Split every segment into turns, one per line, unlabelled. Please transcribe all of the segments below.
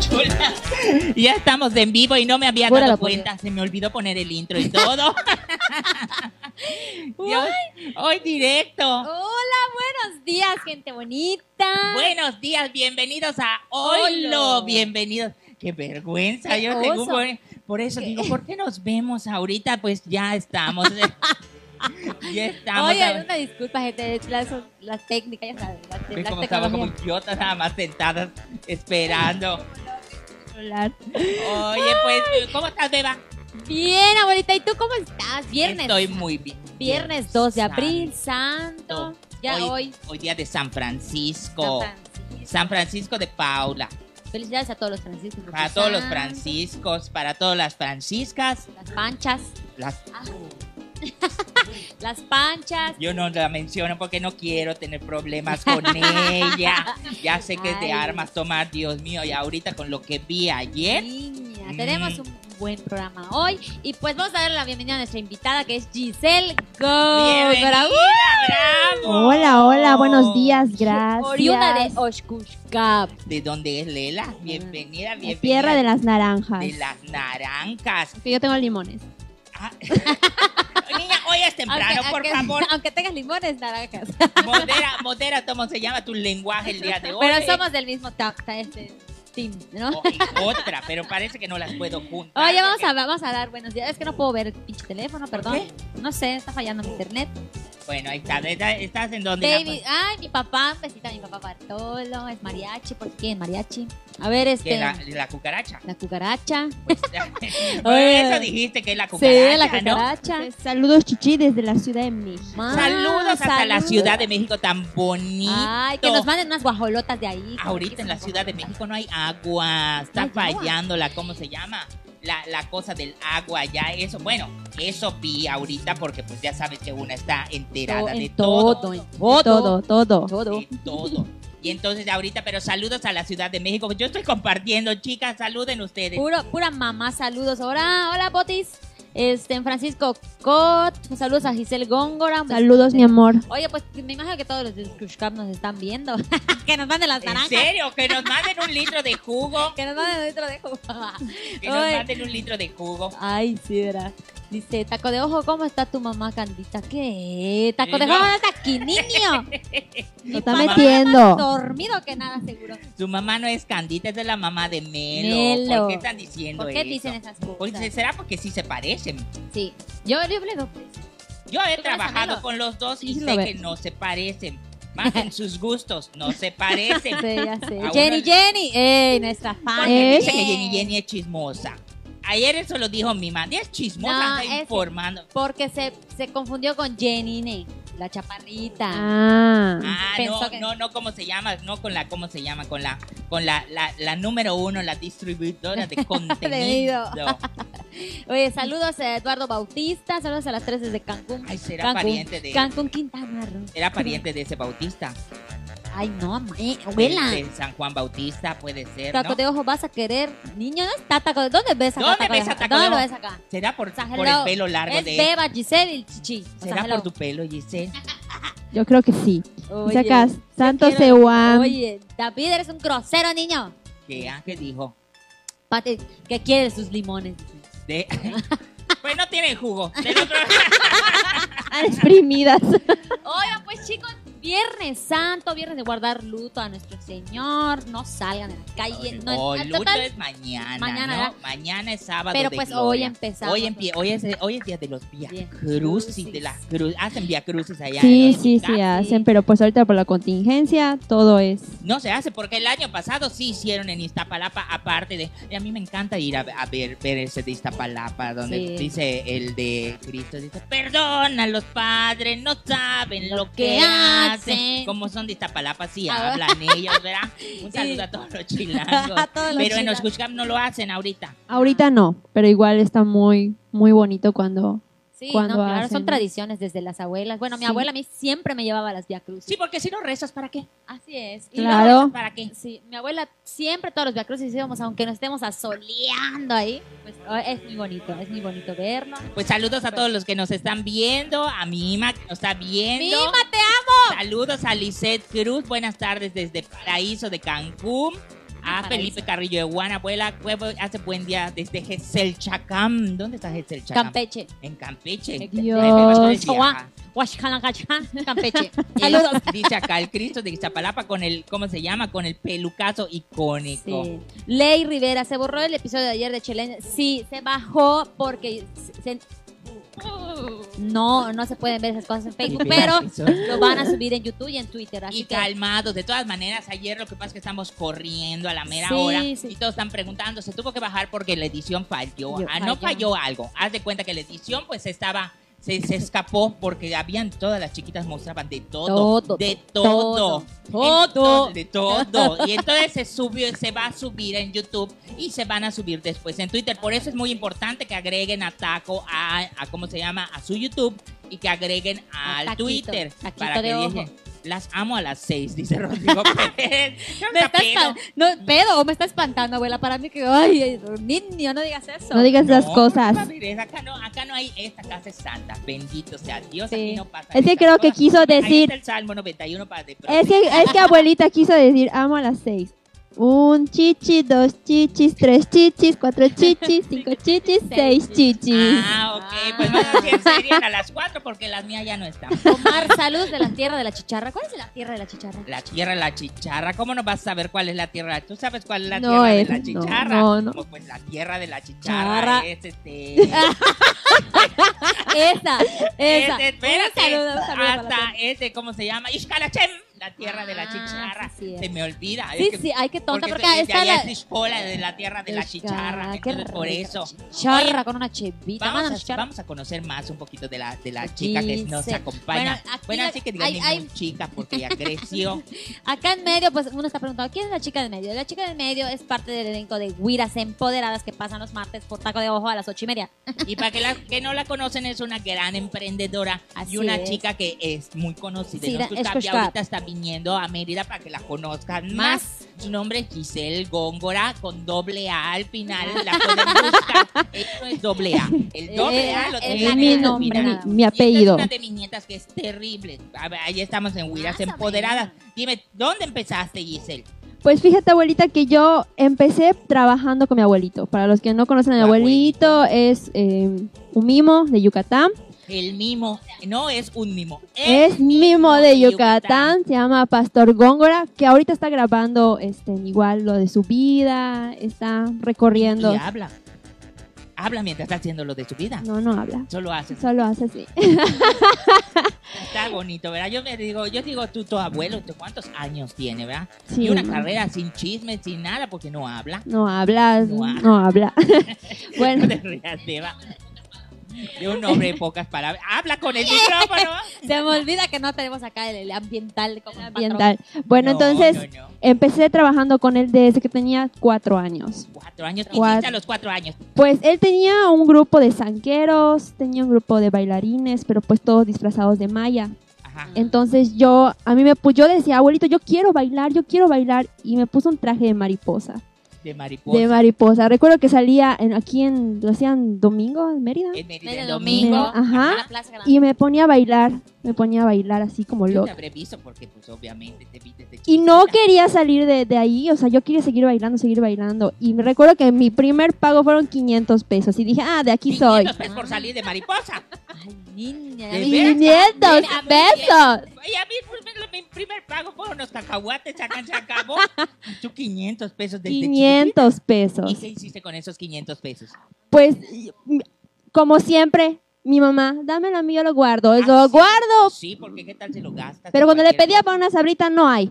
chula. Ya estamos en vivo y no me había
Fuera
dado
la polla.
cuenta. Se me olvidó poner el intro y todo. Y hoy, hoy directo.
Hola, buenos días, gente bonita.
Buenos días, bienvenidos a Hola.
Hola.
Bienvenidos. Qué vergüenza,
Qué
yo tengo
oso.
por, por eso
¿Qué?
digo, ¿por qué nos vemos ahorita? Pues ya estamos. ya estamos.
Oye, una disculpa, gente, es la, son- la técnica, ya sabes, la,
Ven
la
cómo estamos como
tecnología
idiotas, nada más sentadas esperando.
celular.
Oye, pues, ¿cómo estás, Beba?
Bien, abuelita, ¿y tú cómo estás? Viernes.
Estoy muy bien.
Viernes 2 de abril, santo. Ya hoy.
Hoy día de San Francisco.
San
San,
Francisco.
Francisco de Paula.
Felicidades a todos los franciscos.
Para todos los
santos,
franciscos, para todas las franciscas.
Las panchas.
Las,
Ah. las panchas.
yo no la menciono porque no quiero tener problemas con ella. Ya sé que es de
Ay.
armas tomar, Dios mío. Y ahorita con lo que vi ayer.
Niña,
Mm.
tenemos un buen programa hoy y pues vamos a darle la bienvenida a nuestra invitada que es Giselle Go.
Bienvenida, ¡Bravo!
Hola, hola, buenos días,
Oriunda de
gracias.
Oshkushkap.
¿De dónde es Lela?
Mm.
Bienvenida, bienvenida.
Tierra de las naranjas.
De las naranjas.
Que yo tengo limones.
Ah. Niña, hoy es temprano, por favor.
aunque tengas limones, naranjas.
Modera, modera, ¿cómo se llama tu lenguaje el día de hoy?
Pero somos del mismo tacta, este team, ¿no?
O- otra, pero parece que no las puedo juntar.
Oye, vamos
porque-
a, vamos a dar buenos días. Es que no puedo ver el pinche teléfono, perdón. No sé, está fallando mi internet.
Bueno, ahí está, está- estás en donde. la-
Baby, ay, mi papá, un besito a mi papá Bartolo, es mariachi, ¿por qué mariachi? A ver,
que
este,
la,
la,
la cucaracha.
cucaracha.
Pues,
Oye.
eso dijiste que es la cucaracha,
Sí, la
¿no?
cucaracha.
Pues, saludos, Chichi, desde la Ciudad de México.
Ma,
Saludos hasta la
saludos.
Ciudad de México tan bonita.
Ay, que nos manden unas guajolotas de ahí.
Ahorita en la Ciudad de México no hay agua. Está
No hay agua.
fallando la, ¿cómo se llama? La, la cosa del agua, ya eso. Bueno, eso vi ahorita porque pues ya sabes que una está enterada
Todo,
de
en
todo.
todo, en todo,
Todo, todo.
todo.
de todo. Y entonces ahorita, pero saludos a la Ciudad de México. Yo estoy compartiendo, chicas, saluden ustedes.
Puro, pura mamá, saludos. Hola, hola, Botis. Este, en Francisco Cot, saludos a Giselle Góngora. un besito.
Saludos, mi amor.
Oye, pues me imagino que todos los de Crushcap nos están viendo. que nos manden las
En
naranjas.
serio, que nos manden un litro de jugo.
Que nos manden dentro de jugo.
Que nos
Ay.
manden un litro de jugo.
Ay, sí, era. Dice, taco de ojo, ¿cómo está tu mamá, Candita? ¿Qué? Taco de
No.
ojo, ¿dónde está aquí, niño?
Lo está
mamá.
metiendo.
Dormido que nada, seguro.
Su mamá no es Candita, es de la mamá de Melo.
Melo.
¿Por qué están diciendo
¿Por qué
eso?
dicen esas cosas?
Pues, será porque sí se parecen.
Sí. Yo, yo le doy pues,
Yo he
¿Tú crees,
trabajado
Anhelo?
con los dos y
Sí,
sé
lo
que
ves.
no se parecen. Más en sus gustos, no se parecen.
Sí, ya sé.
A
Jenny,
uno-
Jenny. Ey, nuestra fan.
Porque
¿Eh?
dice que Jenny Jenny es chismosa. Ayer eso lo dijo mi madre. Es chismosa,
No,
anda
es-
informando.
Porque se, se confundió con Jenny, ne, la chaparrita.
Ah,
Ah,
Pensó
no,
que-
no, no, ¿cómo se llama? No con la, ¿cómo se llama? Con la, con la, la, la número uno, la distribuidora de contenido.
Oye, saludos a Eduardo Bautista. Saludos a las tres desde Cancún.
Ay, será
Cancún.
pariente de,
Cancún, Quintana Roo.
era pariente de ese Bautista.
Ay, no, ma- eh,
De,
abuela.
de San Juan Bautista, puede ser,
Taco
¿no?
de ojo vas a querer. Niño, no está taco de ¿Dónde ves acá?
¿Dónde
taco
ves a
ojo?
taco de
¿Dónde lo
ojo?
ves acá?
¿Será por,
O sea,
por el
hello.
pelo largo
Es
de
Beba, Giselle y el chichi. O sea,
¿Será por
hello.
tu pelo, Giselle?
yo creo que sí.
Oye,
Sacas, ah. Santos
quiero-
Ewan.
Oye, David, eres un grosero, niño.
¿Qué, ah, ¿Qué dijo?
Pati, que quiere sus limones.
De... pues no tiene jugo. Del otro-
ah, Exprimidas.
Oigan, pues chicos, Viernes Santo, Viernes de guardar luto a nuestro Señor. No salgan a la calle. No,
Oh,
es-
luto
total,
es mañana,
mañana,
¿no?
¿verdad?
Mañana es sábado
pero
de
pues hoy
gloria.
empezamos.
Hoy, empie- hoy, es, hoy es día de los vía
Vía
crucis,
Crucis.
de las cru- hacen vía crucis allá. en
Sí,
los
sí, sí,
hospitales.
hacen, pero pues ahorita por la contingencia todo es.
No se hace porque el año pasado sí hicieron en Iztapalapa, aparte de... y a mí me encanta ir a, a ver, ver ese de Iztapalapa, donde
Sí.
dice el de Cristo, dice, perdona los padres, no saben lo,
Lo
que,
que
hacen.
hacen.
Como son de Iztapalapa, sí
Ah,
hablan ellos, ¿verdad? Un saludo a todos los chilangos.
A todos los
pero en
chilangos.
Oscuchcam no lo hacen ahorita.
Ahorita no, pero igual está muy, muy bonito cuando.
Sí, no,
cuando
claro,
hacen.
son tradiciones desde las abuelas. Bueno, mi
Sí.
abuela a mí siempre me llevaba a las Via Crucis.
Sí, porque si no rezas, ¿para qué?
Así es. pues,
Y no
Claro.
rezas, ¿Para qué?
Sí, mi abuela siempre todos los Viacrucis íbamos, aunque nos estemos asoleando ahí, pues oh, es muy bonito, es muy bonito verlo.
Pues saludos a todos los que nos están viendo, a Mima que nos está viendo.
¡Mima, te
Saludos a Lisette Cruz, buenas tardes desde Paraíso de Cancún. a
Valparaíso.
Felipe Carrillo de Guanabuela, Cuevo, hace buen día desde Gesel Chacam. ¿Dónde está Gesel Chacam?
Campeche.
En Campeche.
Dios.
Ahí me vas a decir,
Chihuahua.
ajá.
Huaxcalacachán, Campeche.
Y
Saludos.
Dice acá el Cristo de Iztapalapa con el, ¿cómo se llama? Con el pelucazo icónico.
Sí. Ley Rivera, se borró el episodio de ayer de Chelen. Sí, se bajó porque se- se- no, no se pueden ver esas cosas en
Y
Facebook,
qué
pero
gracioso.
lo van a subir en YouTube y en Twitter. Así
Y
que
calmados, de todas maneras, ayer lo que pasa es que estamos corriendo a la mera
Sí,
hora
sí.
y todos están preguntando, se tuvo que bajar porque la edición falló.
Yo-
ah, no
falló.
falló algo. Haz de cuenta que la edición pues estaba, se, se escapó porque habían todas las chiquitas mostraban de todo.
Todo,
de
todo,
todo.
todo.
Entonces, de todo. Y entonces se subió, se va a subir en YouTube y se van a subir después en Twitter. Por eso es muy importante que agreguen a Taco a, a ¿cómo se llama? a su YouTube y que agreguen
A
al
Taquito,
Twitter.
Taquito
para
de
que
ojo.
dejen- las amo a las seis, dice Rodrigo Pérez. No
me
está
está
pedo.
espan- no, pedo, me está espantando, abuela. Para mí que, ay, ay, niño, no digas eso.
No digas esas
No,
cosas.
no, Pérez, Acá no, acá no hay esta casa es santa. Bendito sea Dios,
Sí.
aquí no pasa
Es que
esas
creo que
cosas.
quiso
Ahí
decir,
está el Salmo 91 para de-
es que, es que abuelita quiso decir, amo a las seis. Un chichi, dos chichis, tres chichis, cuatro chichis, cinco chichis, seis chichis.
Ah, ok,
Ah.
pues van a ser serían a las cuatro porque las mías ya no están.
Omar Salud de la tierra de la chicharra. ¿Cuál es la tierra de la chicharra?
La tierra de la chicharra, ¿cómo no vas a saber cuál es la tierra? ¿Tú sabes cuál es la
No
tierra
es,
de la
no,
chicharra?
no, no.
Pues, pues la tierra de la
Charra.
chicharra es este...
Esa, esa.
Es, espérate,
Un saludo, un saludo para la
hasta
tierra.
ese, ¿cómo se llama? Ishkalachem, la tierra de la
Ah,
chicharra.
sí, sí es.
se me olvida. es
Sí,
que-
sí, ay, qué tonta, porque,
porque
está
esta
la...
es Ishkola, de la tierra de la chicharra.
Qué
entonces, por
rica
eso.
Chicharra
Oye,
con una chevita.
Vamos
Mándanos
a,
chicharra.
vamos a conocer más un poquito de la, de la chica que nos
Dice-
acompaña.
Bueno,
Bueno,
aquí la-
así que digan
hay-
ningún
hay-
chica porque ya creció.
Acá en medio, pues uno está preguntando, ¿quién es la chica de medio? La chica de medio es parte del elenco de Guiras Empoderadas que pasan los martes por taco de ojo a las ocho y media.
Y para que, la- que no la conocen, es una gran emprendedora
Así
y una
es.
chica que es muy conocida.
Sí,
en
la-
Oscutab,
es
y
Oscutab.
ahorita está viniendo a Mérida para que la conozcan más. Su nombre es Giselle Góngora con doble A al final. La pueden buscar. Ella no es doble A. El doble A lo
Es
tiene
Eh, Es
la
al
mi
neta,
nombre,
final.
mi,
nada.
mi
Y esta
apellido.
es una de mis nietas que es terrible. A ver, ahí estamos en Huiras
Ah,
Empoderadas. Dime, ¿dónde empezaste, Giselle?
Pues fíjate, abuelita, que yo empecé trabajando con mi abuelito. Para los que no conocen a mi abuelito, es eh, un mimo de Yucatán.
El mimo. No es un mimo. Es
Es mimo de
de
Yucatán, se llama Pastor Góngora, que ahorita está grabando este, igual lo de su vida, está recorriendo.
Y habla. Habla mientras está haciendo lo de su vida.
No, no habla,
Solo haces.
solo hace así.
Está bonito, ¿verdad? Yo me digo, yo digo, tú, tu abuelo, ¿tú ¿cuántos años tiene, verdad?
Sí,
y una
no,
carrera sin chismes, sin nada, porque no habla.
No habla,
No habla.
no habla.
No
bueno,
te rías, Eva. De un hombre de pocas palabras. Habla con el micrófono.
Se me olvida que no tenemos acá el, el ambiental como patrón.
ambiental.
No,
Bueno, entonces
no, no.
empecé trabajando con él desde que tenía cuatro años.
Cuatro años. ¿Qué
Cuatro.
hiciste a los cuatro años?
Pues él tenía un grupo de zanqueros, tenía un grupo de bailarines, pero pues todos disfrazados de maya.
Ajá.
Entonces yo, a mí me pu- yo decía, abuelito, yo quiero bailar, yo quiero bailar. Y me puso un traje de mariposa.
De mariposa.
De mariposa. Recuerdo que salía en, aquí en, lo hacían domingo en Mérida.
En Mérida,
Medio
el
domingo.
domingo.
Ajá.
en la Plaza Grande.
Y me ponía a bailar, me ponía a bailar así como
Yo te
loca.
habré visto porque, pues, obviamente te vi desde
Y no
chiquitita.
quería salir de, de ahí, o sea, yo quería seguir bailando, seguir bailando. Y me recuerdo que mi primer pago fueron 500 pesos. Y dije, ah, de aquí soy.
500 pesos por salir de mariposa.
Ay, niña.
De- veras?
500
Mira, muy
pesos.
Y a mí, pues, mi- mi primer pago fueron los cacahuates, sacan, se acabó. Y tú 500 pesos desde
500
chiquitita. ¿Y
pesos.
qué hiciste con esos 500 pesos?
Pues, y- m- como siempre, mi mamá, dámelo a mí, yo lo guardo.
Ah,
Lo
sí.
guardo.
Sí, porque ¿qué tal si lo gastas?
Pero
en
cuando le
cualquier
pedía para una sabrita, no hay.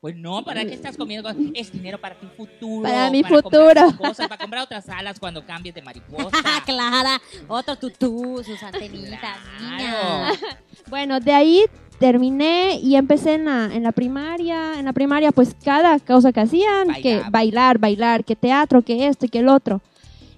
Pues no, ¿para qué estás comiendo? cosas? Es dinero para tu futuro.
Mm. Para mi
comprar
futuro. Ah,
otras Cosas, para comprar otras alas cuando cambies de mariposa.
Ah, Clara, otro tutú, sus antenitas, niña.
Claro.
Bueno, de ahí terminé y empecé en la, en la primaria. En la primaria, pues cada cosa que hacían, que
Bailaba.
bailar, bailar, que teatro, que esto y que el otro.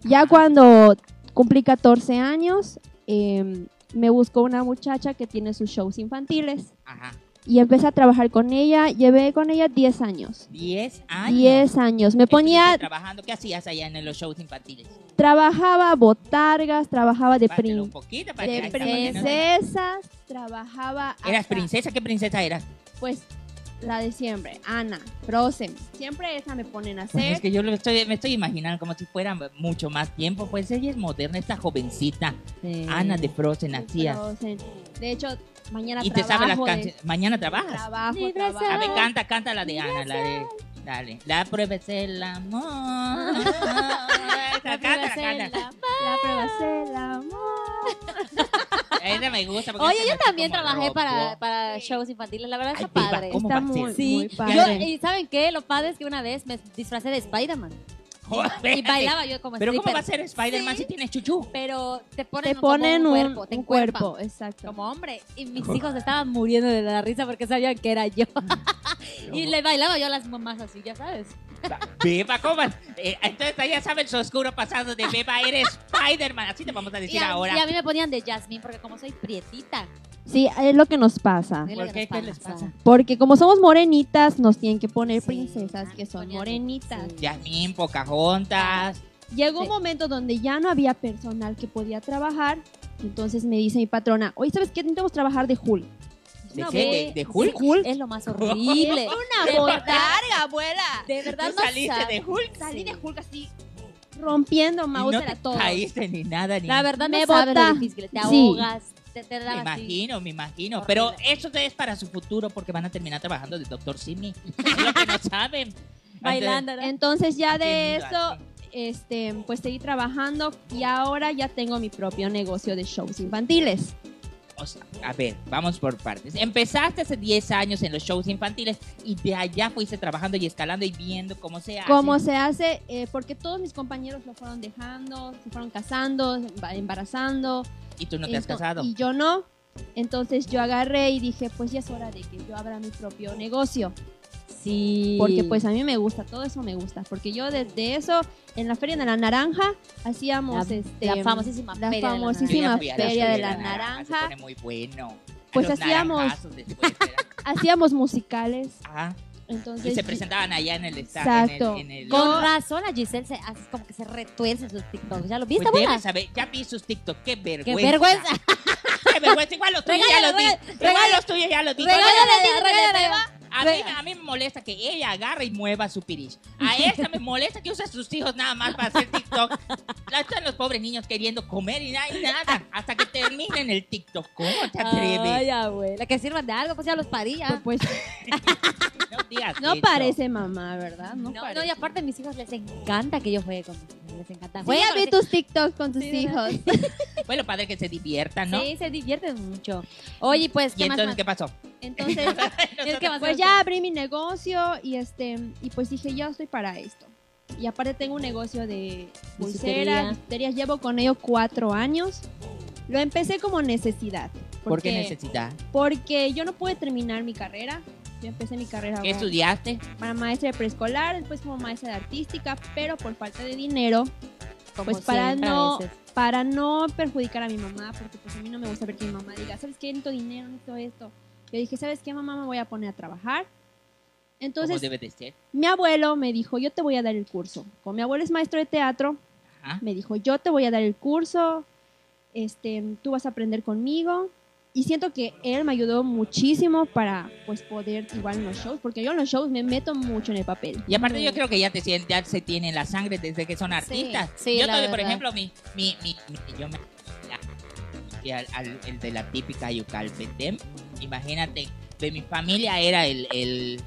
Ya cuando cumplí 14 años, eh, me buscó una muchacha que tiene sus shows infantiles
Ajá.
y empecé a trabajar con ella. Llevé con ella 10 años.
10 años.
10 años. Me
Estuviste
ponía,
trabajando. ¿Qué hacías allá en los shows infantiles?
trabajaba botargas, trabajaba de,
Bájalo
prin-
un poquito para que
de
ahí está, para que no te-
princesas, trabajaba...
¿Eras
hasta-
princesa? ¿Qué princesa eras?
Pues La de siempre, Ana, Frozen. Siempre esa me ponen a hacer.
Bueno, Pues es que yo lo estoy, me estoy imaginando como si fuera mucho más tiempo. Pues ella es moderna, esta jovencita.
Sí.
Ana de Frozen, así.
Frozen. De hecho, mañana
Y te
trabajo. eh.
sabe las
de-
canciones. Mañana trabajas.
Trabajo,
Libre
trabajo.
A ver,
Ay.
canta, canta la de Ana, la de. Dale. La prueba es el amor.
La
Cántala,
prueba es
cántala.
la-
La prueba es el amor.
Esa me gusta. porque
Oye,
esa
yo
me
también
como
trabajé
roco.
para, para shows infantiles, la verdad
Ay,
está
viva,
padre.
¿cómo
Está
va a
muy,
ser?
Sí,
muy padre.
yo- y ¿saben qué? Lo padre es que una vez me disfracé de Spider-Man y
Espérate.
bailaba yo como
Pero ¿cómo
stripper.
va a ser Spider-Man
Sí.
si tienes chuchu?
Pero te ponen,
Te
como
ponen
un
un
cuerpo, te
un
encuerpan
cuerpo, exacto.
como hombre. Y mis hijos estaban muriendo de la risa porque sabían que era yo. y le bailaba yo a las mamás así, ya sabes.
Beba, ¿cómo vas? Eh, entonces ya saben su oscuro pasado de Beba, eres Spider-Man. Así te vamos a
Y
decir
a,
ahora.
y a mí me ponían de Jasmine porque como soy prietita.
Sí, es lo que nos pasa.
es lo
¿Por qué?
que nos
¿Qué les pasa?
Porque como somos morenitas, nos tienen que poner
Sí,
princesas
ah,
que son
ponían-
morenitas.
sí.
Yasmín, Pocahontas.
Llegó
Sí.
un momento donde ya no había personal que podía trabajar. Entonces me dice mi patrona, oye, ¿sabes qué? Necesitamos trabajar de Hulk.
¿De
No,
qué?
ve.
¿De, de Hulk?
Es lo más horrible.
Una botarga, abuela.
De verdad
¿Tú
no
saliste
sabe.
de Hulk?
Salí
Sí.
de Hulk así, rompiendo
Y no
Mauser a
te
todos.
caíste ni nada. Ni
La verdad
Me
no sabes lo
bota.
difícil. Te
Sí.
ahogas, te, te
Me
dan así.
imagino, me imagino.
Horrible.
Pero eso es para su futuro porque van a terminar trabajando de Doctor Simi. Es lo que no saben.
Bailando. ¿no?
Entonces ya de
Sí,
eso, este, pues seguí trabajando y ahora ya tengo mi propio negocio de shows infantiles.
O sea, a ver, vamos por partes. Empezaste hace 10 años en los shows infantiles y de allá fuiste trabajando y escalando y viendo cómo se hace.
Como se hace, eh, porque todos mis compañeros lo fueron dejando, se fueron casando, emba- embarazando.
Y tú no te has
Ento-
casado.
Y yo no. Entonces yo agarré y dije, pues ya es hora de que yo abra mi propio negocio.
Sí.
Porque pues a mí me gusta, todo eso me gusta. Porque yo desde eso, en la Feria de la Naranja, hacíamos
La-
este,
la famosísima Feria
la
de la Naranja.
Yo ya
famosísima
fui a
Feria de la
Se
Naranja.
pone muy bueno. A
Pues
los
hacíamos-
naranjazos después, ¿verdad?
Hacíamos musicales.
Ajá.
Entonces,
Y se
yo-
presentaban allá en el
Exacto.
estadio. En el,
Con
Yo-
razón a Giselle se hace como que se retuerce en sus TikToks. ¿Ya lo
Pues
viste,
debes
abuela?
saber, ya vi sus TikTok, qué
¡Qué
vergüenza.
vergüenza!
Qué vergüenza. Igual los tuyos ya
Regálale,
los vi.
regálale,
Igual
regálale.
los tuyos ya los vi.
Regálale, regálale,
A mí, a mí me molesta que ella agarre y mueva su pirish. A esta me molesta que use a sus hijos nada más para hacer TikTok. La están los pobres niños queriendo comer y nada, y nada. Hasta que terminen el TikTok. ¿Cómo te atreves?
Ay, abuela, que sirvan de algo, pues ya los paría.
pues
No digas
no
eso.
parece mamá, ¿verdad? No,
No,
parece.
no, y aparte a mis hijos les encanta que yo juegue con mis hijos. Les encanta.
Voy
Juega
a ver
con
tus TikToks con tus
Sí, ¿verdad?
hijos.
Bueno, padre, que se diviertan,
mis-
¿no?
Sí, se divierten mucho. Oye, pues,
¿Y
¿qué más?
entonces qué pasó?
Entonces,
Es que más-
pues ya abrí mi negocio y este y pues dije, yo estoy para esto. Y aparte tengo un negocio de
Bisutería.
pulseras, bisuterías. Llevo con ello cuatro años. Lo empecé como necesidad.
¿Por qué
porque-
necesidad?
Porque yo no pude terminar mi carrera. Yo empecé mi carrera
¿Qué
para,
estudiaste?
para maestra de preescolar, después como maestra de artística, pero por falta de dinero,
Como
pues para
siempre, a
no-
veces.
para no perjudicar a mi mamá, porque pues a mí no me gusta ver que mi mamá diga, ¿sabes qué? Necesito dinero, necesito esto. Yo dije, ¿sabes qué, mamá? Me voy a poner a trabajar.
¿Cómo
Entonces,
debe de ser?
mi abuelo me dijo, yo te voy a dar el curso. Como mi abuelo es maestro de teatro,
Ajá.
me dijo, yo te voy a dar el curso, este, tú vas a aprender conmigo. Y siento que él me ayudó muchísimo para pues, poder igual en los shows, porque yo en los shows me meto mucho en el papel.
Y aparte yo creo que ya te sienten, ya se tiene la sangre desde que son artistas.
sí,
yo
la
todavía, por
verdad.
ejemplo, mi, mi, mi, mi- yo me y al- al- el de la típica Yucalpetem, imagínate, de mi familia era el, el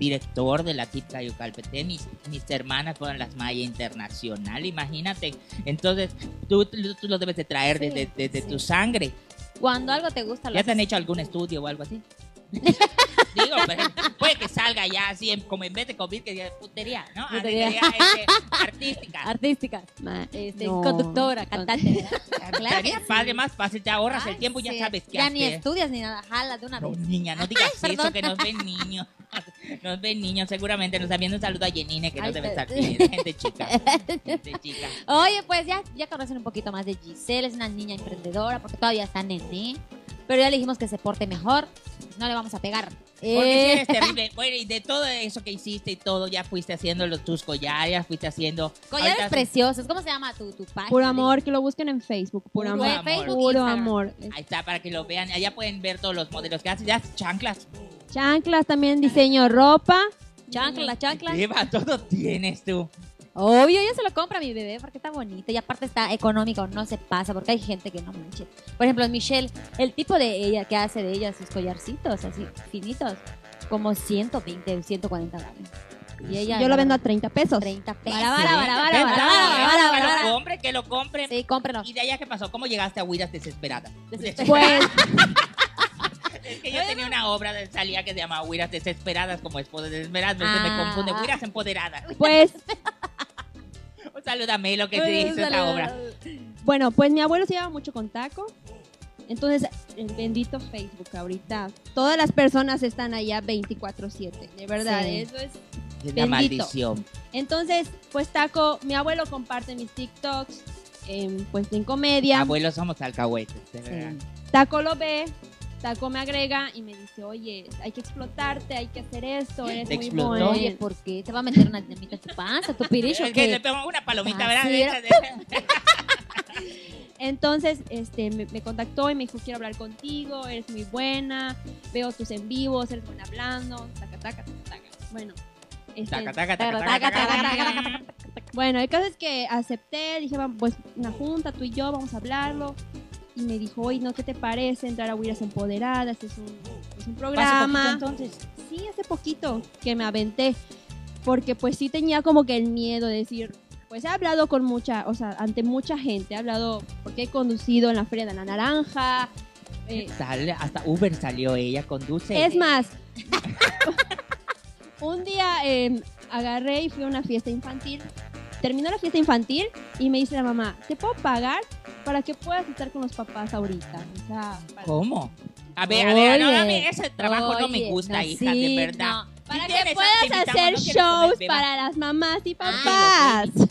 director de la típica Yucalpetem, mis, mis hermanas fueron las Maya Internacional, imagínate. Entonces, tú, tú, tú lo debes de traer
Sí,
desde, desde
sí.
tu sangre.
Cuando algo te gusta, lo
¿Ya te han
haces.
hecho algún estudio o algo así? Digo, pero puede que salga ya así, en- como en vez de COVID, que diga putería, ¿no?
Putería.
Putería. este, artística.
Artística,
Ma-
este,
no.
conductora, cantante. ¿verdad? claro que
Estaría
sí.
padre, más fácil, te ahorras el
Ay,
tiempo, ya
sí.
sabes qué
Ya
hacer.
ni estudias ni nada, jala de una
No,
vez.
niña, no digas
Ay,
eso,
perdón.
que nos ven niños. Nos ven niños, seguramente nos está viendo un saludo a Jenine, que no
Ay,
debe estar
perdón.
bien. Gente chica. Gente chica.
Oye, pues ya, ya conocen un poquito más de Giselle, es una niña emprendedora porque todavía está nené, pero ya le dijimos que se porte mejor, pues no le vamos a pegar.
Porque sí
Eh,
eres terrible. Bueno, y de todo eso que hiciste y todo, ya fuiste haciendo los, tus collares, fuiste haciendo.
collares
ahorita-
preciosos, ¿cómo se llama tu, tu página?
Puro amor, que lo busquen en Facebook.
Puro
Puro amor.
amor.
Facebook,
Puro
Instagram.
amor.
Ahí está, para que lo vean. Allá pueden ver todos los modelos que haces. Ya haces chanclas.
Chanclas, también diseño ropa.
Chanclas, chanclas.
¿Qué va? Todo tienes tú.
Obvio, ya se lo compra mi bebé porque está bonito y aparte está económico, no se pasa porque hay gente que no manche. Por ejemplo, Michelle, el tipo de ella que hace de ella sus collarcitos así finitos, como 120, 140 dólares. Y ella
Yo lo
no,
vendo a 30 pesos.
30 pesos.
Vara,
Vara, vara, vara, vara, vara, vara,
que
vara,
lo
vara.
compre, que lo compre.
Sí, cómprenos.
¿Y de allá qué pasó? ¿Cómo llegaste a Huidas desesperada?
Desesperada.
Pues
Es que yo tenía una obra de salida que se llamaba Huiras desesperadas como esposas desesperadas. Entonces me
Ah.
confunde. Huiras empoderadas.
Pues,
Un saludo a Melo que se hizo esta obra.
bueno, pues mi abuelo se lleva mucho con taco. Entonces, el bendito Facebook ahorita. Todas las personas están allá 24-7. De verdad,
Sí.
eso es.
Es una
Bendito.
maldición.
Entonces, pues taco, mi abuelo comparte mis TikToks. em, pues en comedia.
Abuelos somos alcahuetes, de verdad.
Sí.
Taco lo ve. Taco me agrega y me dice, oye, hay que explotarte, hay que hacer esto, eres
Te
muy
explotó.
bueno.
Oye, ¿por qué? ¿Te va a meter una dinamita a tu panza, tu pirillo?
Es
qué? Ah, ¿eh?
que le pegamos una palomita, ¿verdad?
Así era.
Entonces, este, me, me contactó y me dijo, quiero hablar contigo, eres muy buena, veo tus en vivos, eres buena hablando, taca, taca, taca, taca. Bueno, este,
Taca, taca, taca, taca,
Taca, taca,
taca,
taca, taca,
taca.
bueno, el caso es que acepté, dije, "Va, pues una junta, tú y yo, vamos a hablarlo. Y me dijo, oye, no, ¿qué te parece entrar a Huiras Empoderadas? Es un, es un programa. Sí, hace poquito que me aventé, porque pues sí tenía como que el miedo de decir, pues he hablado con mucha, o sea, ante mucha gente, he hablado porque he conducido en la Feria de la Naranja. eh,
Sale, hasta Uber salió ella, conduce.
es más, un día eh, agarré y fui a una fiesta infantil. Terminó la fiesta infantil y me dice la mamá, ¿te puedo pagar para que puedas estar con los papás ahorita? O sea, para-
¿Cómo? A ver, a ver, no,
Oye.
a mí ese trabajo no me
Oye,
gusta,
no,
hija,
sí,
de verdad.
no.
para
tienes,
que
te
puedas
invitamos,
hacer
no quieres comer,
shows
beba.
para las mamás y
Ah,
papás.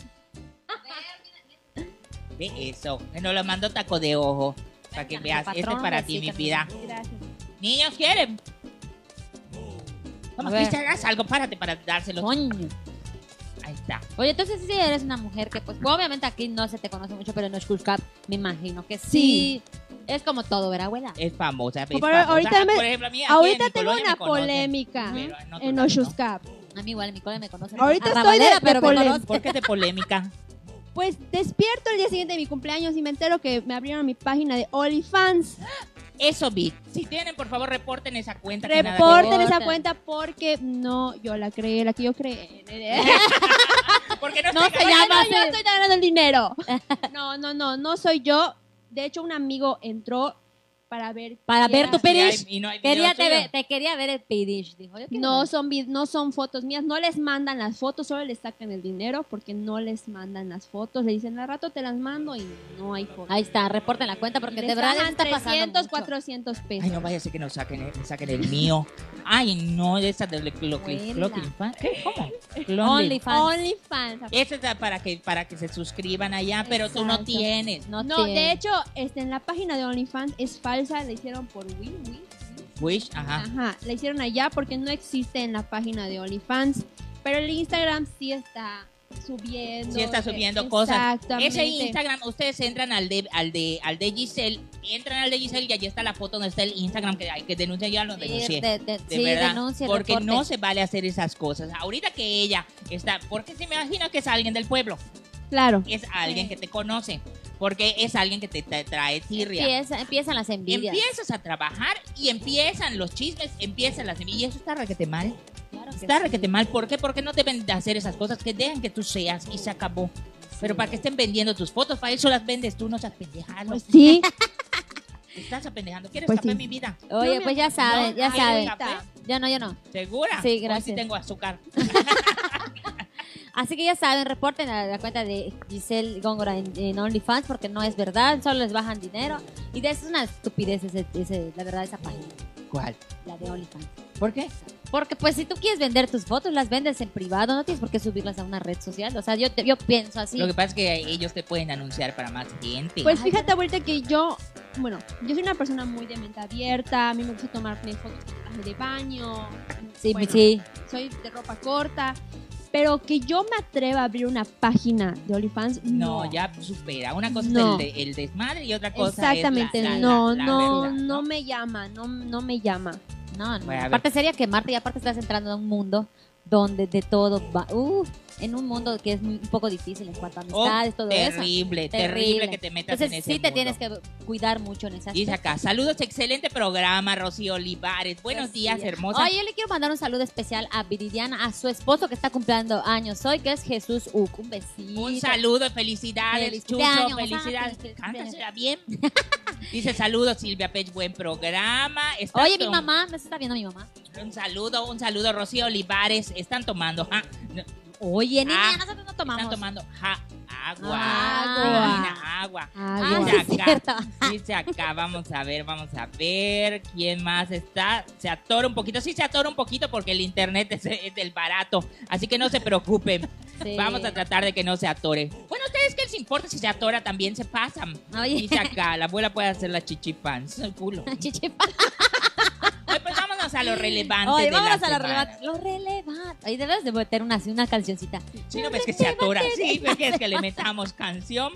Ve eso. Nos lo mando taco de ojo. Para que veas,
Patrón,
este es para ti,
sí,
mi
también.
vida.
Gracias.
Niños quieren. Vamos,
A ver.
Cristian, haz algo, párate para dárselo.
Coño.
Ahí está.
Oye, entonces sí eres una mujer que, pues, obviamente aquí no se te conoce mucho, pero en School Cup me imagino que sí. Es como todo, ¿verdad, abuela?
Es famosa. Es
Pero
famosa.
ahorita me-
Por ejemplo, a mí aquí
Ahorita
en mi
tengo
colonia
una
me conocen,
polémica
pero en otro
en
lado no.
Oshuscap.
A mí igual en mi cole me conocen.
Ahorita
como
estoy de-
arrabalera,
de polémica.
conocen.
¿Por qué te polémica?
Pues despierto el día siguiente de mi cumpleaños y me entero que me abrieron mi página de OnlyFans.
Eso vi. Si tienen, por favor, reporten esa cuenta. que nada que
Reporten
ver.
esa cuenta porque no, yo la creé, la que yo creé.
ver. Porque no,
No
se
se
Ya no,
llama.
yo estoy ganando el dinero. No, no, no, no soy yo. De hecho, un amigo entró para ver.
Para ver
quién
tu
era.
pirish.
Y no hay video
Quería te,
tuyo.
ve- te quería ver el pirish. Dijo, yo quiero
No
ver.
son, vid- no son fotos mías, no les mandan las fotos, solo les sacan el dinero porque no les mandan las fotos. Le dicen, al rato te las mando y no hay fotos.
Ahí está, reporten la cuenta porque
Les
de verdad
pagan
está pasando
300,
mucho.
400 pesos.
Ay, no vaya a ser que nos saquen, el- me saquen el mío. Ay, no, esa de lo, lo,
Abuela.
lo- lo- ¿Qué? ¿Cómo?
Only- fans.
OnlyFans.
Esa es la- para que, para que se suscriban allá, pero tú no
Exacto.
tienes.
No,
No,
tiene.
de hecho, este, en la página de OnlyFans es falsa, la hicieron por Wii, Wii.
Wish, ajá.
Ajá, la hicieron allá porque no existe en la página de OnlyFans, pero el Instagram sí está subiendo.
Sí está
eh,
subiendo cosas.
Exactamente.
Ese Instagram, ustedes entran al de, al de, al de Giselle, entran al de Giselle y allí está la foto donde está el Instagram que hay que denunciar, ya lo
Sí,
denuncié.
de- de-
De
sí,
verdad,
denuncia,
porque
reporte.
no se vale hacer esas cosas. Ahorita que ella está, porque se me imagina que es alguien del pueblo,
Claro.
es alguien
Sí.
que te conoce, porque es alguien que te, te trae tirria.
Empieza- empiezan las envidias.
Empiezas a trabajar y empiezan los chismes, empiezan las y eso está requete mal,
Claro que
está
sí.
requete mal, ¿por qué? Porque no deben de hacer esas cosas que dejan que tú seas y se acabó. Pero para que estén vendiendo tus fotos, para eso las vendes tú, no seas pendejado.
Pues sí,
Te estás apendejando. ¿Quieres
Pues
café,
sí.
mi vida?
Oye,
No me-
pues ya saben,
No,
ya
ay,
saben.
oiga. café?
Yo no, yo no.
¿Segura?
Sí,
Hoy
gracias.
tengo azúcar.
Así que ya saben, reporten a la cuenta de Giselle Góngora en, en OnlyFans porque no es verdad, solo les bajan dinero. Y de eso es una estupidez, ese- ese- la verdad, esa página,
¿Cuál?
la de OnlyFans.
¿Por qué?
Porque pues si tú quieres vender tus fotos, las vendes en privado, no tienes por qué subirlas a una red social. O sea, yo, te- yo pienso así.
Lo que pasa es que ellos te pueden anunciar para más gente.
pues fíjate ahorita que yo, bueno, yo soy una persona muy de mente abierta, a mí me gusta tomarme fotos con traje de baño,
sí,
pues
bueno,
sí.
soy de ropa corta, pero que yo me atreva a abrir una página de OnlyFans, no.
no, ya supera. Una cosa
No.
es el, de- el desmadre y otra cosa
Exactamente,
es la- la-
no,
la- la
no,
verdad,
no me llama, no, no me llama.
No, no.
Voy a ver.
aparte sería quemarte y aparte estás entrando a un mundo donde de todo va. Uh, en un mundo que es muy- un poco difícil en cuanto a
Oh,
amistades, todo eso.
terrible, terrible,
Terrible.
que te metas
Entonces
en ese
sí te
mundo.
tienes que cuidar mucho en esas
Dice acá, saludos, excelente programa, Rocío Olivares. Buenos días, hermosa.
Oye, yo le quiero mandar un saludo especial a Viridiana, a su esposo que está cumpliendo años hoy, que es Jesús Uc. Un besito.
Un saludo, felicidades,
Feliz
Chucho,
cumpleaños,
felicidades.
feliz cumpleaños.
Cántasela bien. Dice saludos, Silvia Pech, buen programa. Están
Oye, mi
tom-
mamá, me está viendo mi mamá.
Un saludo, un saludo, Rocío Olivares. Están tomando, ja, no,
Oye, niña,
Ah,
nosotros no
están
tomamos.
tomando ja, agua.
Agua.
Divina agua.
Ah,
Dice
sí, es
acá,
cierto.
Dice acá, vamos a ver, vamos a ver quién más está. Se atora un poquito, sí se atora un poquito porque el internet es, es del barato, así que no se preocupen.
Sí.
Vamos a tratar de que no se atore. Bueno, ustedes que les importa si se atora también se pasan.
Oye,
Dice acá, la abuela puede hacer la chichipán, es el culo.
chichipa.
Ay, pues vámonos a lo relevante
Oye,
de la
vámonos a lo
semana.
relevante. Lo relevante. Oye, debes de meter una, así, una cancioncita.
Sí, no ves que se atora, sí, ves que es que le metamos canción.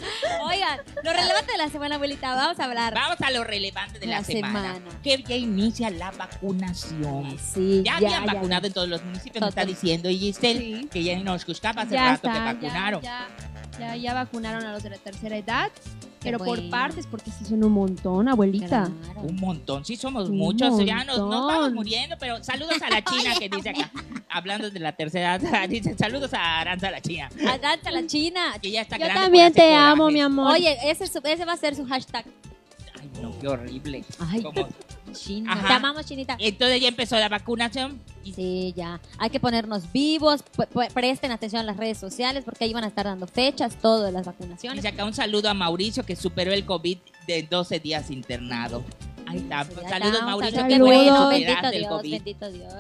Oigan, lo relevante de la semana, abuelita. Vamos a hablar.
Vamos a lo relevante de la,
La
semana.
semana.
Que ya inicia la vacunación.
Sí,
Ya habían vacunado en todos los municipios, me está
Total.
diciendo y Giselle,
Sí.
que ya nos buscaba hace
Ya
rato que
está,
vacunaron.
Ya, ya, ya, ya vacunaron a los de la tercera edad, pero
bueno.
por partes, porque sí son un montón, abuelita.
Claro.
Un montón, sí somos
Un
muchos, ya nos, nos vamos
montón.
muriendo, pero saludos a la China que dice acá, hablando de la tercera edad, dice saludos a Aranza la China,
Adelante a la China.
que ya está
Yo
grande
también
por ese
te amo,
coraje.
mi amor.
Oye, ese, es su- ese va a ser su hashtag.
Ay, no, qué horrible.
Ay,
Como-
China.
Ajá.
Te amamos, Chinita.
Entonces ya empezó la vacunación. Y
Sí, ya. Hay que ponernos vivos. P- p- presten atención a las redes sociales porque ahí van a estar dando fechas, todo de las vacunaciones.
Dice acá un saludo a Mauricio que superó el COVID de 12 días internado. Ahí está.
Sí, ya
Saludos,
está. Un
Mauricio.
saludo.
Qué
Saludos.
bueno que
Bendito
das del
Dios,
COVID.
bendito Dios.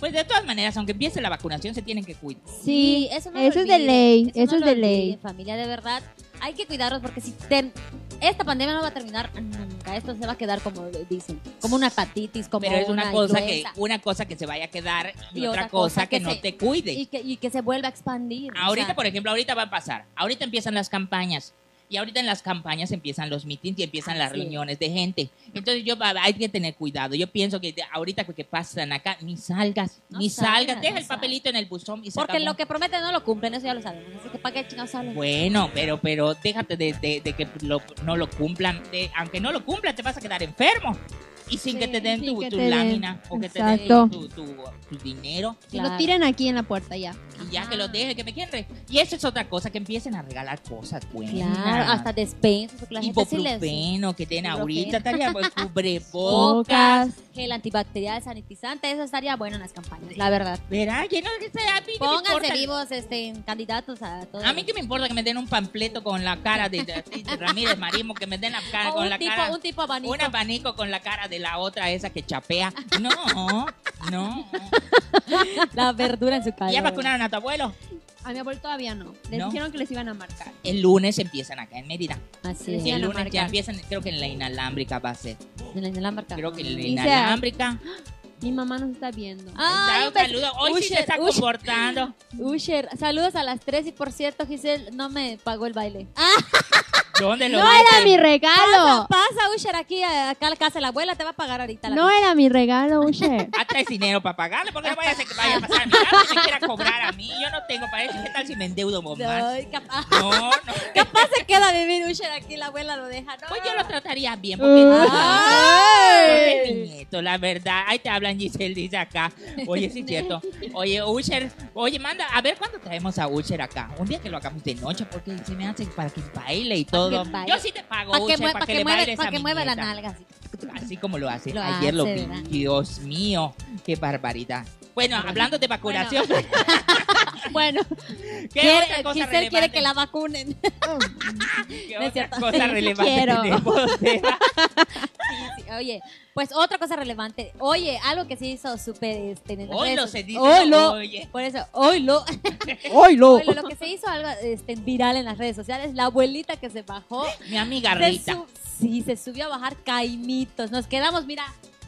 Pues de todas maneras, aunque empiece la vacunación, se tienen que cuidar.
Sí, eso no lo
eso es de
olviden,
ley, eso
no
es
lo
de
olviden,
ley.
Familia, de verdad, hay que cuidarnos porque si ten- esta pandemia no va a terminar nunca. Esto se va a quedar como dicen, como una hepatitis, como
Pero es una, cosa que
influenza.
una cosa que se vaya a quedar y,
Y
otra
otra
cosa
cosa
que,
que
no
se-
te cuide.
y que y que se vuelva a expandir. o
ahorita,
sea,
por ejemplo, ahorita va a pasar. Ahorita empiezan las campañas. Y ahorita en las campañas empiezan los meetings y empiezan las
Así es.
reuniones de gente. Entonces yo va- hay que tener cuidado. Yo pienso que de- ahorita que pasan acá, ni salgas,
No
ni salgas,
salgas,
deja
no
el papelito en el buzón y se
porque
acabó.
lo que prometen no lo cumplen, eso ya lo sabemos. Así que para qué chingados hablan?
Bueno, pero, pero déjate de, de- de que lo- no lo cumplan. De- aunque no lo cumplan, te vas a quedar enfermo. Y sin
Sí,
que te den
sin
tu,
que
tu
te den.
lámina o que te den
Exacto.
tu, tu- tu dinero.
Que
Claro.
lo tiren aquí en la puerta ya.
Y ya
Ajá.
que lo dejen, que me quieren. re- Y eso es otra cosa, que empiecen a regalar cosas buenas.
Claro, hasta despensas, porque la gente sí les
Ibuprofeno que den
Ibuprofeno.
ahorita, estaría pues, cubrebocas.
Pocas.
gel antibacterial, sanitizante, eso estaría bueno en las campañas, la verdad.
Verá, lleno de a mí que me
Pónganse
importa.
vivos este, candidatos a todo.
A mí que me importa que me den un pampleto con la cara de, de- de Ramírez Marimo, que me den la cara
O
con
un
la
tipo,
cara.
un tipo abanico.
Un abanico con la cara de la otra esa que chapea. No, no.
La verdura en su cara.
¿Ya vacunaron a tu abuelo?
A mi abuelo todavía no. Les
¿No?
dijeron que les iban a marcar.
El lunes empiezan acá en Mérida.
Así es.
el
Van a
lunes ya
marcar.
empiezan, creo que en la inalámbrica va a ser.
En la- en la marca.
Creo que en la
Ah.
Dice-
inalámbrica.
Mi mamá nos está viendo.
Ay, pues,
un saludo. Hoy sí se
Usher,
está
Usher.
comportando.
Usher, saludos a las tres y por cierto, Giselle no me pagó el baile. Ah,
¿Dónde lo
¡No era
viste?
mi regalo!
pasa Usher aquí, a- acá a la casa de la abuela, te va a pagar ahorita. la
Ah, No era mi regalo, Usher.
Ah, traes dinero para pagarle, porque no vaya a ser que vaya a pasar a mi casa y me quiera cobrar a mí. Yo no tengo para eso. ¿Qué tal si me endeudo vos más?
Ay, capaz,
No, no.
capaz se queda a vivir Usher aquí, la abuela lo deja. No,
Pues yo lo trataría bien, porque.
Ah.
Porque es mi
¡Ay!
nieto, la verdad. Ahí te hablan Giselle, dice acá. Oye, sí es cierto. Oye, Usher, oye, manda, a ver cuándo traemos a Usher acá. Un día que lo hagamos de noche, porque se me hace para que baile y todo.
que baile.
Yo sí te pago,
para que,
Usher,
mue-
para
pa'
que,
que
le
mueve,
bailes
pa'
a
que
mi
mueva la
nieta.
nalga. así.
Así como lo hace.
Lo
Ayer lo
hace,
vi.
¿verdad?
Dios mío, qué barbaridad. Bueno, hablando de vacunación,
Bueno,
¿qué
quiere-
otra cosa
Giselle quiere
relevante?
que la vacunen.
¿Qué
No
otra
es cierto.
cosa relevante
Quiero.
tenemos? Eva?
Sí, Oye, pues otra cosa relevante. Oye, algo que se hizo súper este, en el
Hoy lo se dice.
Hoy lo-
Oye.
Por eso, hoy lo,
¡Ay, lo!
hoy lo, lo que se hizo algo este, viral en las redes sociales, la abuelita que se bajó.
Mi amiga
Se
Rita.
su- sí, se subió a bajar caimitos. Nos quedamos, mira,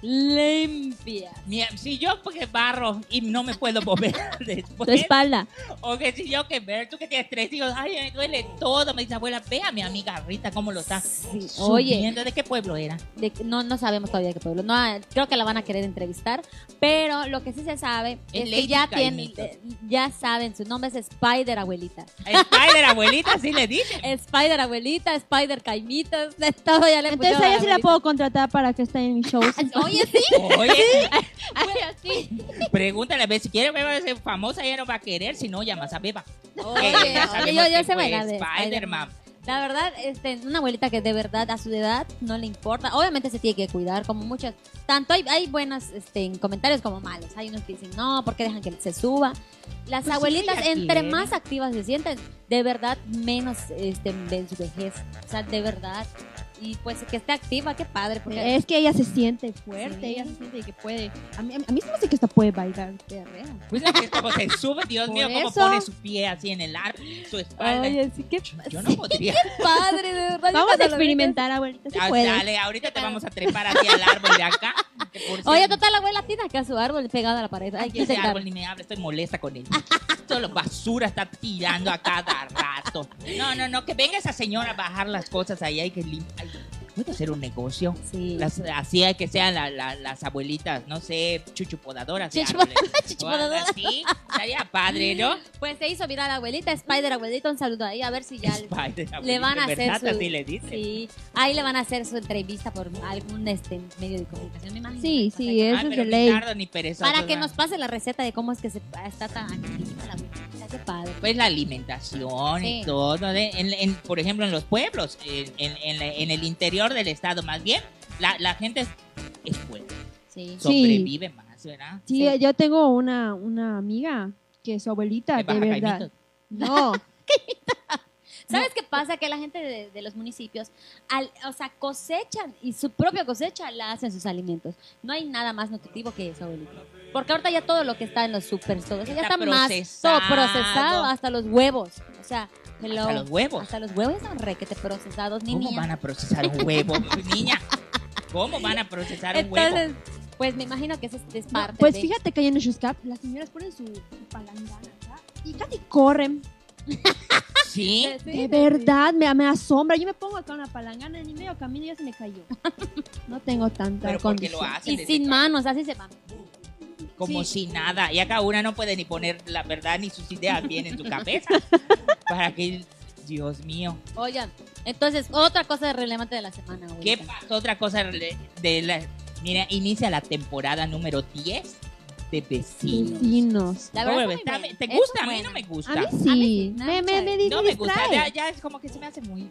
limpia.
Mi- si yo porque barro y no me puedo mover después.
Tu espalda.
O que si yo que ver, tú que tienes tres hijos, ay, me duele todo. Me dice, abuela, ve a mi amiga Rita cómo lo está.
Sí,
Oye.
Oye,
¿De qué pueblo era?
de- no, no sabemos todavía qué pueblo. No, ah, creo que la van a querer entrevistar. Pero lo que sí se sabe
Es
es,
Lady
que ya, tienen,
Caimito.
eh, ya saben, su nombre es Spider Abuelita.
Spider, abuelita, así le dije.
Spider Abuelita, Spider Caimitas, de todo ya le
Entonces
pusieron
a
Pues
ella sí la
abuelita.
puedo contratar para que esté en mis shows.
Oye, sí,
Oye,
oye, sí.
pregúntale a ver si quiere Beba ser famosa, ella no va a querer, si no llamas a Beba. Que
Oye, oye,
ya sabemos
yo, yo
que
sé
fue
bailar de
pues, Spider-Man.
La verdad, este, una abuelita que de verdad a su edad no le importa. Obviamente se tiene que cuidar, como muchas. Tanto hay, hay buenos este, en comentarios como malos. Hay unos que dicen, no, porque dejan que se suba.
Pues
Las
sí,
abuelitas,
ella
entre
quiere.
más activas se sienten, de verdad menos este, ven su vejez. O sea, de verdad. Y pues que esté activa, qué padre. Porque
Es que ella se siente fuerte,
Sí.
ella se siente que puede. A mí, a mí se me hace que esta puede bailar perrea.
Pues la que como se sube, Dios
Por
mío, cómo
eso.
pone su pie así en el árbol, su espalda.
Oye, sí, qué
Yo no podría.
padre, de verdad.
Vamos a
cuando lo ves-
experimentar, abuelita, si
Ah,
puede.
dale, ahorita te vamos a trepar hacia el árbol de acá. que por
Oye,
cierto,
total, la abuela tira que a su árbol pegado a la pared. Ay,
Ay,
qué
ese
intentar.
árbol ni me habla, estoy molesta con él. Solo basura está tirando a cada rato. No, no, no, que venga esa señora a bajar las cosas ahí, hay que limpiar. Puede hacer un negocio.
Sí.
Las- así hay que sean la- la- las abuelitas, no sé, chuchupodadoras. de
Chuchu-
árboles. O algo
Chichipodadoras.
así. Estaría padre, ¿no?
Pues se hizo viral la abuelita, Spider abuelita, un saludo ahí, a ver si ya
Spider,
le van
abuelita,
a hacer
¿verdad?
su-
Así le dicen.
sí, ahí le van a hacer su entrevista por algún este medio de comunicación, me imagino.
Sí,
Cosa
sí,
que-
Ay,
eso es
Ah, pero
de
ni
ley.
tardo ni perezoso,
Para que
¿verdad?
nos pase la receta de cómo es que se está tan activa la abuelita, qué padre.
Pues la alimentación y
Sí.
todo. ¿no? De- en- en- por ejemplo, en los pueblos, en, en- en la- en el interior del estado más bien, la, la gente es, es fuerte,
Sí.
So-
sobrevive más, ¿verdad?
Sí,
Sí.
yo tengo una, una amiga que su abuelita,
De
de
Baja
verdad.
Caimito.
No,
¿Sabes qué pasa? Que la gente de, de los municipios, al- o sea, cosechan y su propia cosecha la hacen sus alimentos. No hay nada más nutritivo que eso, abuelita. Porque ahorita ya todo lo que está en los supers, todo eso ya
Está
está, más
procesado.
todo procesado, hasta los huevos. O sea, hello.
Hasta los huevos.
Hasta los huevos están requete procesados, niña.
¿Cómo van a procesar un huevo, niña? ¿Cómo van a procesar un huevo?
Entonces, pues me imagino que eso es, es
no,
parte
pues
de-
fíjate que allá en Xuxcap las señoras ponen su, su palangana acá y casi corren.
Sí,
Sí,
De
sí,
verdad, me, me asombra. Yo me pongo acá una palangana en medio camino y ya se me cayó. No tengo tanta
pero porque lo
condición.
sí.
hacen
Y
desde
sin manos, así se van.
como si nada. Y acá una no puede ni poner la verdad ni sus ideas bien en su cabeza. para que, Dios mío.
Oigan, entonces, otra cosa relevante de la semana.
¿Qué
abuelita.
pasó? Otra cosa rele- de la. Mira, inicia la temporada número 10 de vecinos.
Vecinos.
La verdad
Oye,
es muy
está-
buena.
¿Te
Es
gusta? A
muy
mí no me
buena.
gusta.
A mí
A mí
sí.
sí,
me, me, me
no me gusta.
distrae.
Ya, ya es como que se me hace muy.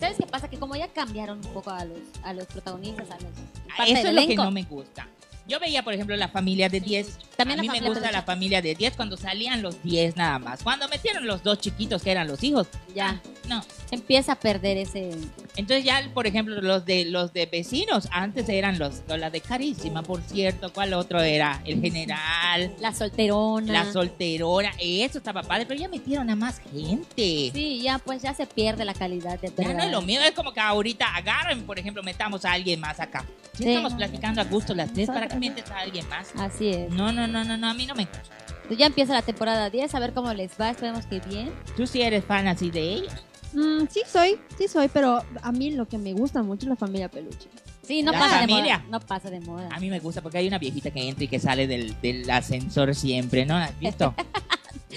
¿Sabes qué pasa? Que como ya cambiaron un poco a los, a los protagonistas, a los... parte
Ah, Eso es
del
lo que
Ah, elenco.
no me gusta. Yo veía, por ejemplo, la familia de 10.
También
a
la
mí me
familia
gusta
peluche.
la familia de 10 cuando salían los 10 nada más. Cuando metieron los dos chiquitos que eran los hijos.
Ya,
No.
empieza a perder ese...
Entonces ya, por ejemplo, los de los de vecinos, antes eran los, la de Carísima, por cierto, ¿cuál otro era? El general,
La solterona.
La solterona, eso estaba padre, pero ya metieron a más gente.
Sí, ya pues ya se pierde la calidad de
ya no
verdad.
es lo mío, es como que ahorita agarren, por ejemplo, metamos a alguien más acá. Si
Sí.
estamos platicando a gusto las tres, ¿para qué metes a alguien más?
Así es.
No, no, no, no, no, a mí no me gusta.
Entonces, ya empieza la temporada 10, a ver cómo les va, esperemos que bien.
Tú sí eres fan así de ellos.
Mm, sí soy, sí soy, pero a mí lo que me gusta mucho es la familia peluche.
Sí, no
La
pasa
familia.
de moda. No pasa de moda.
A mí me gusta porque hay una viejita que entra y que sale del, del ascensor siempre, ¿no? ¿La has visto?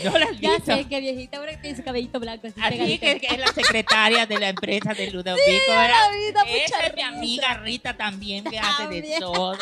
No la has
Ya
visto.
sé que viejita, ahora que tiene su cabellito blanco. Así,
Así
pegadito.
que, que es la secretaria de la empresa de Ludovico, ¿verdad?
La vida, mucha
Esa este es mi
risa.
amiga Rita también, que hace de
También.
todo.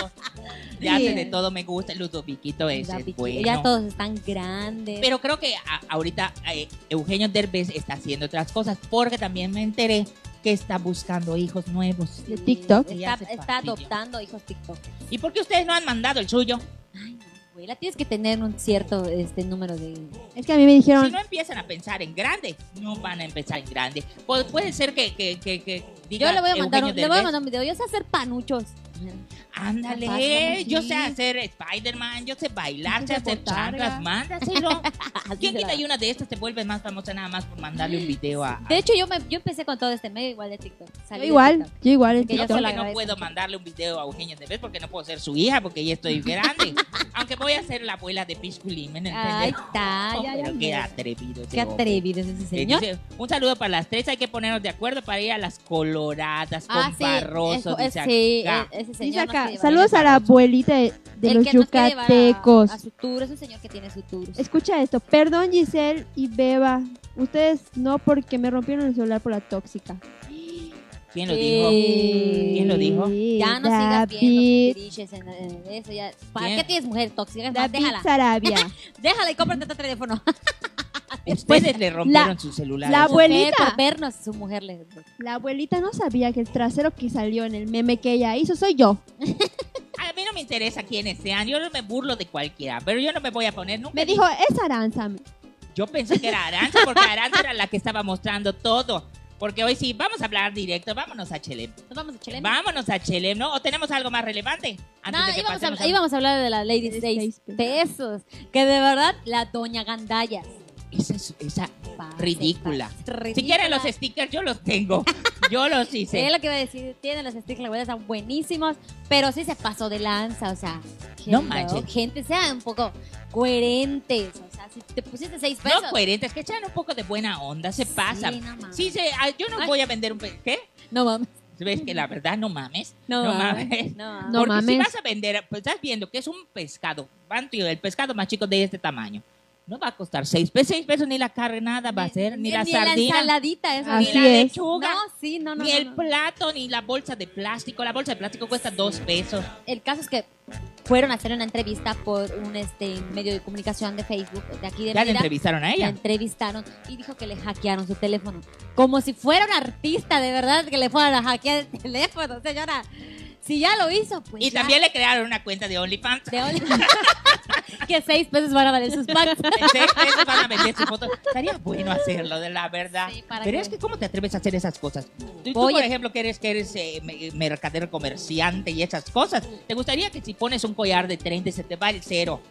Le
Sí.
hace de todo, me gusta. Ludoviquito ese
Ya,
es
piqui-
bueno.
Ya todos están grandes.
Pero creo que a- ahorita eh, Eugenio Derbez está haciendo otras cosas, porque también me enteré que está buscando hijos nuevos.
de TikTok.
Ya
Está,
se
está
fastidió.
adoptando hijos TikTok.
¿Y por qué ustedes no han mandado el suyo?
Ay, no, abuela, tienes que tener un cierto este número de...
Es que a mí me dijeron,
Si no empiezan a pensar en grande, no van a empezar en grande. Pu- puede ser Pues, que, que- que- que diga
Yo le voy a mandar un,
Eugenio
le voy a
Derbez,
mandar un video. Yo sé hacer panuchos. Capaz,
Ándale,
vamos,
yo
sí.
sé hacer Spider-Man, yo sé bailar,
Yo
sé
sé
hacer
botarga.
chanclas, mándaselo.
Así
¿Quién
se la-
quita y una de estas te vuelves más famosa nada más por mandarle un video a...
De hecho, yo, me, yo empecé con todo este medio igual de TikTok. Salí
Yo
de
igual,
TikTok.
yo igual en
Que yo
Yo
se
TikTok.
lo
que no
agradezco.
puedo mandarle un video a Eugenio Derbez porque no puedo ser su hija porque ya estoy grande. Aunque voy a ser la abuela de Piscu Limen,
Ay,
¿entendés?
está,
Oh,
ya, ya.
pero qué
mira.
atrevido ese
Qué
hombre.
atrevido es ese
Eh,
señor.
dice, un saludo para las tres. Hay que ponernos de acuerdo para ir a las coloradas con
Ah, sí.
Barroso.
es-
dice
sí,
acá.
e- ese señor.
Dice
nos
acá,
quiere llevar
saludos a la abuelita de, de
El
los
que nos quiere llevar a-
yucatecos.
A, su tour, es un señor que tiene su tour.
Escucha esto, perdón Giselle y Beba, ustedes no porque me rompieron el celular por la tóxica.
¿Quién lo dijo?
Eh,
¿Quién lo dijo?
Ya no sigas viendo cucuriches en, en eso. Ya. ¿Para
¿Quién?
qué tienes mujer tóxica? Es más,
David
déjala.
Sarabia.
Déjala y cómprate otro teléfono. Pues,
Ustedes le rompieron su celular.
la abue- Abuelita.
Por vernos, su mujer le.
La abuelita no sabía que el trasero que salió en el meme que ella hizo soy yo.
A mí no me interesa quiénes sean. Yo no me burlo de cualquiera, pero yo no me voy a poner nunca.
Me dijo, es Aranza.
Yo pensé que era Aranza porque Aranza era la que estaba mostrando todo. Porque hoy sí, vamos a hablar directo. Vámonos a Chelem.
Nos vamos a Chelem.
Vámonos a Chelem, ¿no? ¿O tenemos algo más relevante? Antes
Nada,
de que
íbamos
pasemos
a, íbamos a hablar de la Lady
De
6
seis
pesos. Que de verdad, la doña Gandaya.
Esa, es- esa
Pase,
ridícula.
pase, ridícula.
Si quieren los stickers, yo los tengo. Yo los hice.
Es lo que iba a decir. Tienen los stickers, la verdad, están buenísimos. Pero sí se pasó de lanza, o sea.
No
hello,
manches.
Gente, sean un poco coherentes. O sea, si te pusiste seis pesos.
No pues. coherentes, que echan un poco de buena onda, se pasan.
no mames.
Sí, se, ah, yo no
Ay.
voy a vender un... pe- ¿Qué?
No mames.
¿Ves que la verdad no mames?
No,
No
mames.
mames.
No mames.
No
Porque si
mames.
vas a vender, pues estás viendo que es un pescado, van, tío, el pescado más chico de este tamaño. No va a costar seis pesos, seis pesos ni la carne, nada va a ser, ni la sardina,
ensaladita esa.
ni
Así
la
es.
lechuga,
No, sí, no, no.
ni
no,
el
no.
plato, ni la bolsa de plástico. La bolsa de plástico cuesta dos pesos.
el caso es que fueron a hacer una entrevista por un este medio de comunicación de Facebook de aquí de
Ya le
Mérida.
entrevistaron a
La
ella.
entrevistaron y dijo que le hackearon su teléfono. Como si fuera un artista de verdad que le fueran a hackear el teléfono, señora. Si ya lo hizo, pues.
Y
ya.
también le crearon una cuenta de OnlyFans.
De hoy- que seis pesos van a valer sus packs.
Pensé que esos van a vender su foto. Estaría bueno hacerlo, de la verdad.
Sí, para
Pero
que-
es que ¿cómo te atreves a hacer esas cosas? Tú, tú,
Voy
por
a-
ejemplo, que eres, que eres eh, me- mercader, comerciante y esas cosas, ¿te gustaría que si pones un collar de 30 se te va el cero?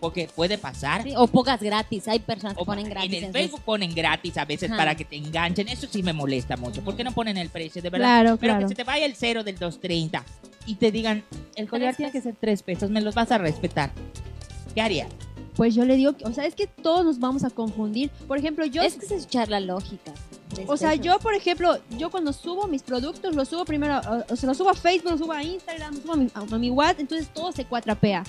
Porque puede pasar.
Sí, o pocas gratis. Hay personas que
O
ponen gratis.
en el
sus-
Facebook ponen gratis a veces
Ajá.
para que te enganchen. Eso sí me molesta mucho. ¿Por qué no ponen el precio? De verdad.
Claro,
Pero
claro.
que se te vaya el cero del 230 y te digan, el collar
Tres
tiene que ser tres pesos, me los vas a respetar. ¿Qué harías?
Pues yo le digo, que- o sea, es que todos nos vamos a confundir. Por ejemplo, yo...
Es que se escuchar la lógica. Este, Tres
O sea,
pesos.
yo, por ejemplo, yo cuando subo mis productos, los subo primero, a- o sea, los subo a Facebook, los subo a Instagram, los subo a mi, a mi WhatsApp, entonces todo se cuatrapea.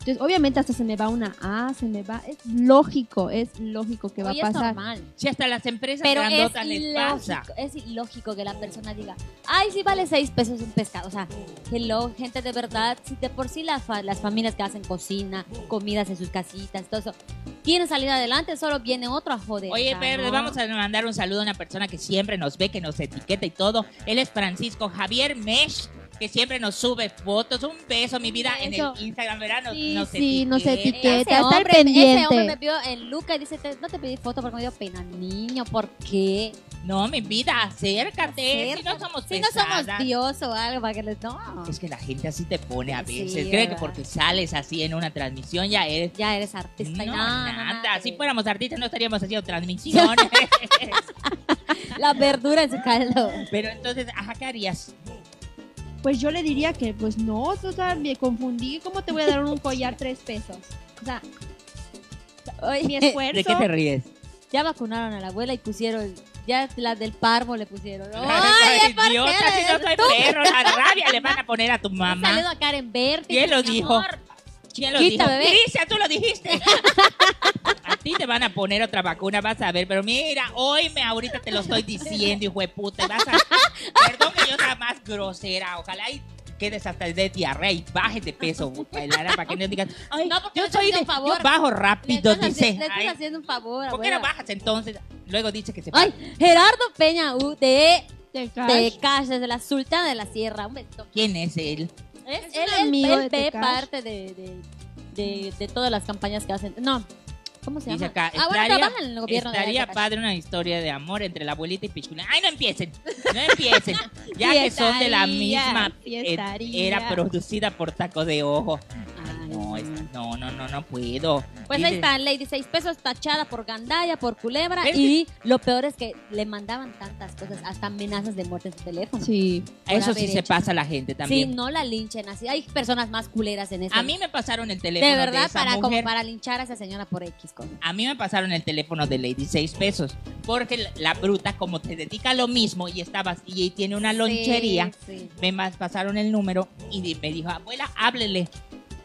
Entonces, obviamente hasta se me va una A, se me va, es lógico, es lógico que va
Oye,
a
es
pasar.
normal.
Si hasta las empresas
Pero es
grandotas les pasa.
ilógico, es ilógico que la persona diga, ay, sí vale seis pesos un pescado. O sea, hello, gente de verdad, si de por sí la fa- las familias que hacen cocina, comidas en sus casitas, todo eso, quieren salir adelante, solo viene otro a joder.
Oye,
o sea,
pero
¿no?
vamos a mandar un saludo a una persona que siempre nos ve, que nos etiqueta y todo. Él es Francisco Javier Mesh, que siempre nos sube fotos. Un beso, mi vida, en
Beso.
el Instagram, ¿verdad? Nos,
Sí,
nos
sí, nos
etiqueta.
etiqueta.
Ese
está al
hombre, ese hombre
pendiente.
me vio en Luca y dice, "Te- no te pedí foto porque me dio pena. Niño, ¿por qué?
No, mi vida, acércate. Si no somos
Si no somos
pesadas.
Dios o algo para que les... No,
Es que la gente así te pone a
Sí,
veces. Cree que
¿verdad?
porque sales así en una transmisión ya eres...
ya eres artista. y
no,
nada, eh.
nada. Si
que-
fuéramos artistas no estaríamos haciendo transmisiones.
La verdura en su caldo.
Pero entonces, ajá, ¿qué harías?
Pues yo le diría que, pues no, o sea, me confundí, ¿cómo te voy a dar un collar tres pesos? O sea, mi
Oye,
esfuerzo.
Eh, ¿De qué te ríes?
ya vacunaron a la abuela y pusieron, ya la del parvo le pusieron.
Ay,
¡Ay, ¿por
idiota,
qué
si no
eres
soy
tú?
perro, la rabia le van a poner a tu
Un
mamá.
saludo a Karen Berti.
¿Quién lo
mi
dijo?
amor.
¿Quién lo
Quita,
dijo?
bebé.
Crisia, tú lo dijiste. a ti te van a poner otra vacuna, vas a ver. Pero mira, hoy me ahorita te lo estoy diciendo, hijo de puta. y Vas a... Perdón que yo sea más grosera. Ojalá y quedes hasta de diarrea y bajes de peso, bailara, para que no digas. Ay,
No, porque
yo
no te
soy
pido
de,
favor.
yo bajo
Le
rápido,
estás,
dice.
haciendo, le estás
Ay,
haciendo un favor,
¿Por qué no
abuela.
bajas entonces? Luego dice que se
Ay, Gerardo Peña U de
Te cash.
Tecash, desde la Sultana de la Sierra. Un besito.
¿Quién es él?
Es,
Es
él,
un
él-
amigo
él
de
ve
Tecash.
parte de, de, de- de todas las campañas que hacen. No, ¿Cómo se
Dice
llama?
acá,
ah, bueno,
estaría,
trabaja en el gobierno de
estaría
Ayataka.
padre una historia de amor entre la abuelita y Pichula. Ay, no empiecen, no empiecen. Ya
Sí
que son de la
estaría,
misma
sí
eh,
estaría.
era producida por Taco de Ojo. Ay,
Ay,
Ah, no,
Ah, no.
esta- no, no, no, no puedo.
Pues
Dice-
ahí está, ley de 6 pesos tachada por gandalla, por culebra.
¿Ves?
Y lo peor es que le mandaban tantas cosas, hasta amenazas de muerte en su teléfono.
Sí.
por
Eso sí
haber
se
hecho.
pasa a la gente
Sí,
también.
no la linchen así. Hay personas más culeras en esto.
a mí me pasaron el teléfono
de
de,
verdad,
esa
para, como
mujer.
para linchar a esa señora por X cosa.
A mí me pasaron el teléfono de Lady 6 pesos. Porque la- la bruta, como te dedica a lo mismo y estabas y tiene una lonchería,
Sí, sí.
me mas- pasaron el número y di- me dijo, abuela, háblele.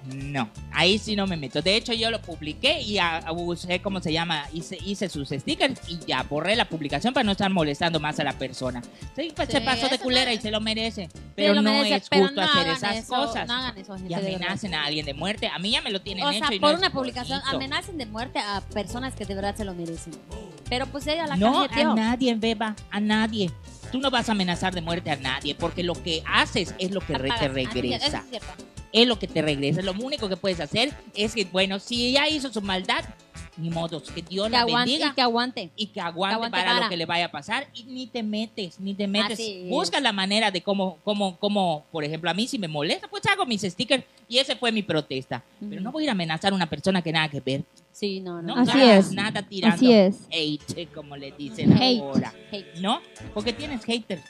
No, ahí sí no me meto. De hecho, yo lo publiqué y a- a- usé, ¿cómo se llama? Hice, hice sus stickers y ya borré la publicación para no estar molestando más a la persona. Sí, pues
Sí,
se pasó de
eso
culera
no-
y se lo merece. Pero
Sí, lo
no
merece,
es
pero
justo
no
hacer
hagan
esas
eso,
cosas.
No hagan eso, gente.
y
de verdad.
amenacen a alguien de muerte. A mí ya me lo tienen
O
hecho.
sea,
y no
por
es
una publicación
bonito.
amenacen de muerte a personas que de verdad se lo merecen. Pero pues ella la
No, a
cajeteó.
nadie, Beba, a nadie. Tú no vas a amenazar de muerte a nadie porque lo que haces es lo que re- te
Apagas. Ah, sí, eso
regresa.
es cierto.
es lo que te regresa. Lo único que puedes hacer es que, bueno, si ella hizo su maldad, ni modos, que Dios
Que
la
aguante y
bendiga
que aguante.
y que aguante,
que aguante
para,
para.
lo que le vaya a pasar y ni te metes, ni te metes.
Así es.
Busca la manera de cómo, cómo, cómo, por ejemplo, a mí si me molesta, pues hago mis stickers y esa fue mi protesta. Pero no voy a ir a amenazar a una persona que nada que ver.
Sí, no, no.
¿no?
Así
nada,
es.
Nada tirando.
Así es.
Hate, como le dicen
Hate.
ahora.
Hate.
¿No? Porque tienes haters.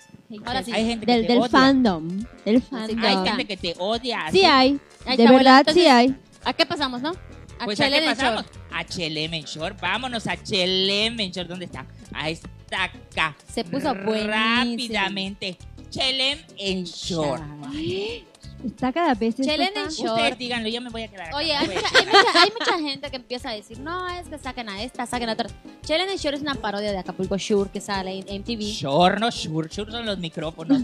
Ahora sí.
Hay gente que
Del,
te
del
odia.
fandom.
Hay
Del
está.
fandom.
gente que te odia.
Sí hay.
Ahí está,
De
bueno,
verdad sí
entonces,
hay.
¿A qué pasamos, no? A
Pues
Chele
¿a qué
en el
pasamos?
short.
A Chele Menchor. Vámonos a Chele Menchor. ¿Dónde está? Ahí está acá.
Se puso buenísimo.
Rápidamente. Chele Menchor.
Está cada vez. esto
Chelen
está-
en short.
Ustedes díganlo, yo me voy a quedar acá.
Oye, hay
Pues,
mucha, hay, mucha, hay mucha gente que empieza a decir, no, es que saquen a esta, saquen a otra. Chelen en short es una parodia de Acapulco Shore que sale en MTV.
Short, no Shore. Shore son los micrófonos.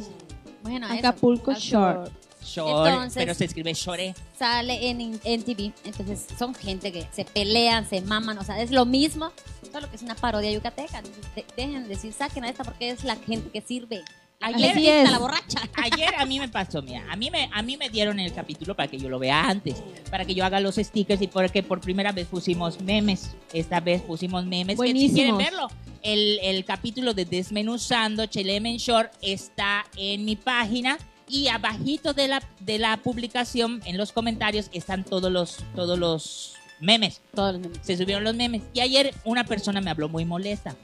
Bueno, eso.
Acapulco Shore.
Shore,
Entonces-
pero se escribe Shore.
sale en, en TV. Entonces son gente que se pelean, se maman, o sea, es lo mismo, solo que es una parodia yucateca. Entonces, de- dejen de decir, saquen a esta porque es la gente que sirve. La
Ayer-
clasista,
es.
la borracha.
Ayer a mí me pasó, mira, a mí me, a mí me dieron el capítulo para que yo lo vea antes, para que yo haga los stickers y porque por primera vez pusimos memes. Esta vez pusimos memes. que si
Buenísimos.
quieren verlo, el, el capítulo de Desmenuzando Chelemen Short está en mi página. Y abajito de la, de la publicación, en los comentarios, están todos los, todos los memes.
Todos los memes.
Se subieron los memes. Y ayer una persona me habló muy molesta.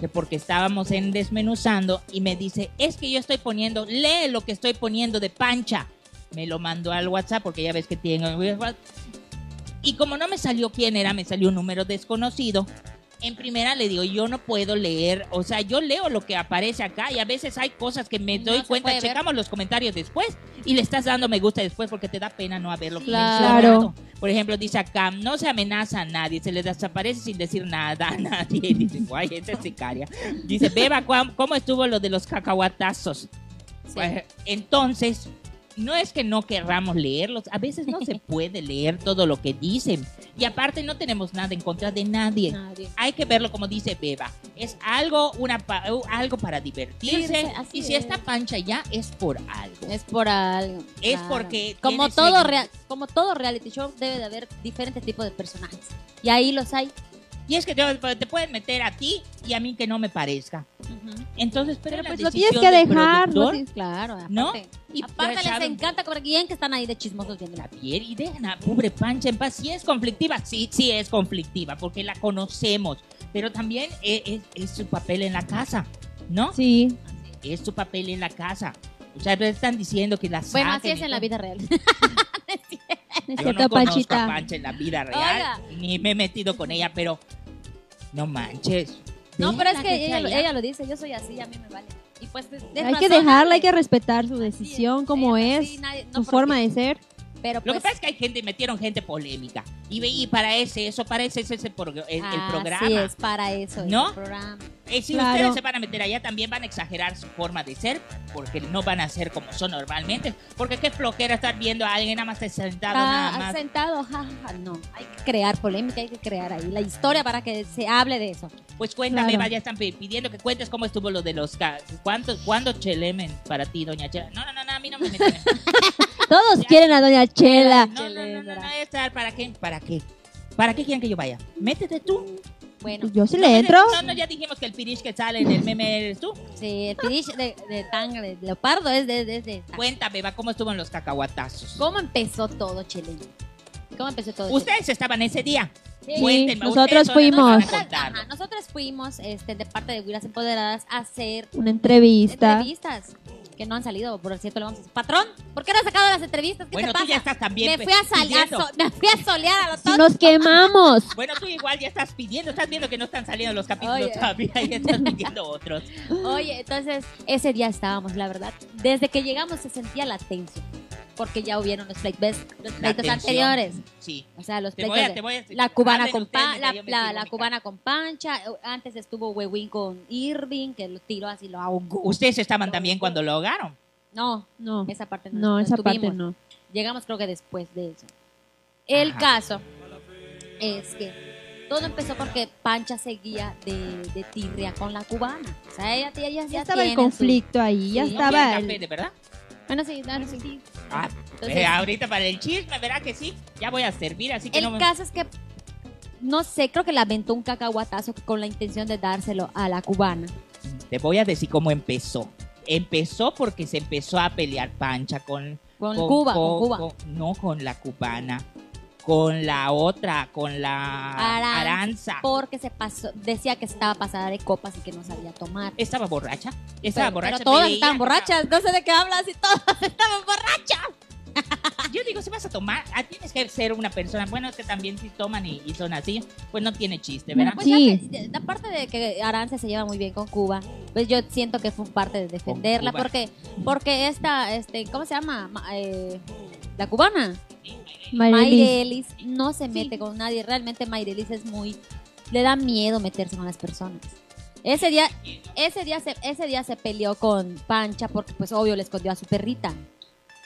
Que porque estábamos en desmenuzando y me dice, es que yo estoy poniendo, lee lo que estoy poniendo de pancha. Me lo mandó al WhatsApp porque ya ves que tiene WhatsApp. Y como no me salió quién era, me salió un número desconocido. En primera le digo, yo no puedo leer, o sea, yo leo lo que aparece acá y a veces hay cosas que me
No
doy
se
cuenta,
puede ver.
checamos los comentarios después y le estás dando me gusta después porque te da pena no haberlo
Claro.
mencionado. Por ejemplo, dice acá, no se amenaza a nadie, se le desaparece sin decir nada a nadie. Dice, guay, esta es sicaria. Dice, Beba, ¿cuá- ¿cómo estuvo lo de los cacahuatazos?
Sí.
Pues, Entonces, no es que no querramos leerlos, a veces no se puede leer todo lo que dicen. Y aparte no tenemos nada en contra de nadie.
Nadie.
Hay que verlo como dice Beba. Es algo, una pa- algo para divertirse.
Divertirse, así
y si
es.
está pancha ya, es por algo.
Es por algo.
Es porque
Como
tiene
todo,
segui-
rea- como todo reality show, debe de haber diferentes tipos de personajes. Y ahí los hay.
Y es que te, te pueden meter a ti y a mí que no me parezca. Entonces, pero,
Pero
la
pues lo
decisión
tienes que
del
dejar. pues, lo
productor,
tienes-
Claro, aparte.
¿No?
Y
Y
aparte
ya
les
saben.
encanta cobrar bien que están ahí de chismosos viendo la
la piel y dejan a pobre Pancha en paz. Si es conflictiva, sí, sí es conflictiva, porque la conocemos, pero también e- es, es su papel en la casa, ¿no?
Sí.
Es su papel en la casa. O sea, no están diciendo que la
Bueno, así
saquen
es
y
en la
todo.
vida real.
Es
Yo
cierto,
no conozco a
Panchita.
Pancha en la vida real, ni me he metido con ella, pero no manches.
No, pero es
Déjala
que ella,
sea
lo-
ya.
ella lo dice, yo soy así, a mí me vale. Y pues de- de
Hay que
razón,
dejarla,
nadie-
hay que respetar su
Así
decisión,
sí,
como es,
así nadie- no
su
porque-
forma de ser.
Pero
Lo que
pues,
pasa es que hay gente, metieron gente polémica. Y, ve- y para ese, eso, para ese, ese es el, prog- el- el programa.
Así es, para eso es
¿No?
el programa.
Eh, si
Claro.
ustedes se van a meter allá, también van a exagerar su forma de ser, porque no van a ser como son normalmente. Porque qué flojera estar viendo a alguien nada más
Ah,
sentado, nada
Está
más.
Ah, sentado, jajaja, no. Hay que crear polémica, hay que crear ahí la historia para que se hable de eso.
Pues cuéntame,
Claro.
vaya, están pi- pidiendo que cuentes cómo estuvo lo de los. ca- ¿Cuánto, ¿Cuándo chelemen para ti, doña Chela? No, no, no, no, a mí no me meten.
Todos quieren a Doña Chela.
No, no, no, no, no, esta, ¿para qué? ¿Para qué? ¿Para qué quieren que yo vaya? Métete tú.
Bueno,
Pues Yo sí
No
le
me-
entro.
No, no, ya dijimos que el pirish que sale en el meme eres tú.
sí, el pirish de, de tanga, de leopardo, es de... de- de-
Cuéntame, va, ¿cómo estuvo en los cacahuatazos?
¿Cómo empezó todo, Cheleño? ¿Cómo empezó todo? Cheleño?
Ustedes estaban ese día.
Sí.
Cuéntenme,
nosotros
ustedes son las que van a
fuimos.
contar.
Ajá, nosotras fuimos este, de parte de Guiras Empoderadas a hacer
Una entrevista.
entrevistas que no han salido, por cierto, lo vamos a hacer. Patrón, ¿por qué no has sacado las entrevistas? ¿Qué
Bueno,
te
tú
pasa?
ya estás también.
me
pe-
fui a salir,
pidiendo.
me fui a solear a los
Si nos quemamos.
Bueno, tú igual ya estás pidiendo, estás viendo que no están saliendo los capítulos
Oye.
todavía y estás pidiendo otros.
Oye, entonces ese día estábamos, la verdad. Desde que llegamos se sentía la tensión. Porque ya hubieron los play best, los
La
pleitos
tensión.
anteriores.
Sí.
O sea, los
Te
pleitos.
voy a, te
de-
voy a-
La cubana
hablen
con
ustedes
pa-
mientras
la,
yo me
la-
sigo
la
mi
cubana con pancha. Antes estuvo Huevín con Irving, que lo tiró así, lo ahogó.
Ustedes estaban también cuando lo ahogaron.
No,
No,
esa parte no.
no, esa
estuvimos.
parte no.
Llegamos creo que después de eso. El
Ajá.
caso es que todo empezó porque Pancha seguía de, de tirria con la cubana. O sea, ella, ella- ella
Ya
ya
estaba el
tiene su-
conflicto ahí, ya
Sí.
¿No
estaba
quieren
el-
café, de verdad?
Bueno, sí, no, no, sí.
Ah,
Entonces-
eh, ahorita para el chisme, ¿verdad que sí? Ya voy a servir, así que
El
no me...
caso es que, no sé, creo que la aventó un cacahuatazo con la intención de dárselo a la cubana.
Te voy a decir cómo empezó. Empezó porque se empezó a pelear Pancha con...
Con, Cuba, con Cuba.
con- no, con la cubana. Con la otra, con la
Aranza.
Aranza.
porque se pasó, decía que estaba pasada de copas y que no sabía tomar.
Estaba borracha. Estaba
Pero,
borracha.
pero todas
veía
estaban
que
borrachas, no sé de qué hablas y todas estaban borrachas.
Yo digo, si vas a tomar, ah, tienes que ser una persona. Bueno, es que también si toman y, y son así, pues no tiene chiste, ¿verdad?
Pues
Sí.
ya que- aparte de que Aranza se lleva muy bien con Cuba, pues yo siento que fue parte de defenderla
Cuba.
porque porque esta, este, ¿cómo se llama? Ma- eh, la cubana,
Marilyn.
Mayrelis, no se mete con nadie. Realmente Mayrelis es muy, le da miedo meterse con las personas. Ese día, ese día se, ese día se peleó con Pancha porque pues obvio le escondió a su perrita.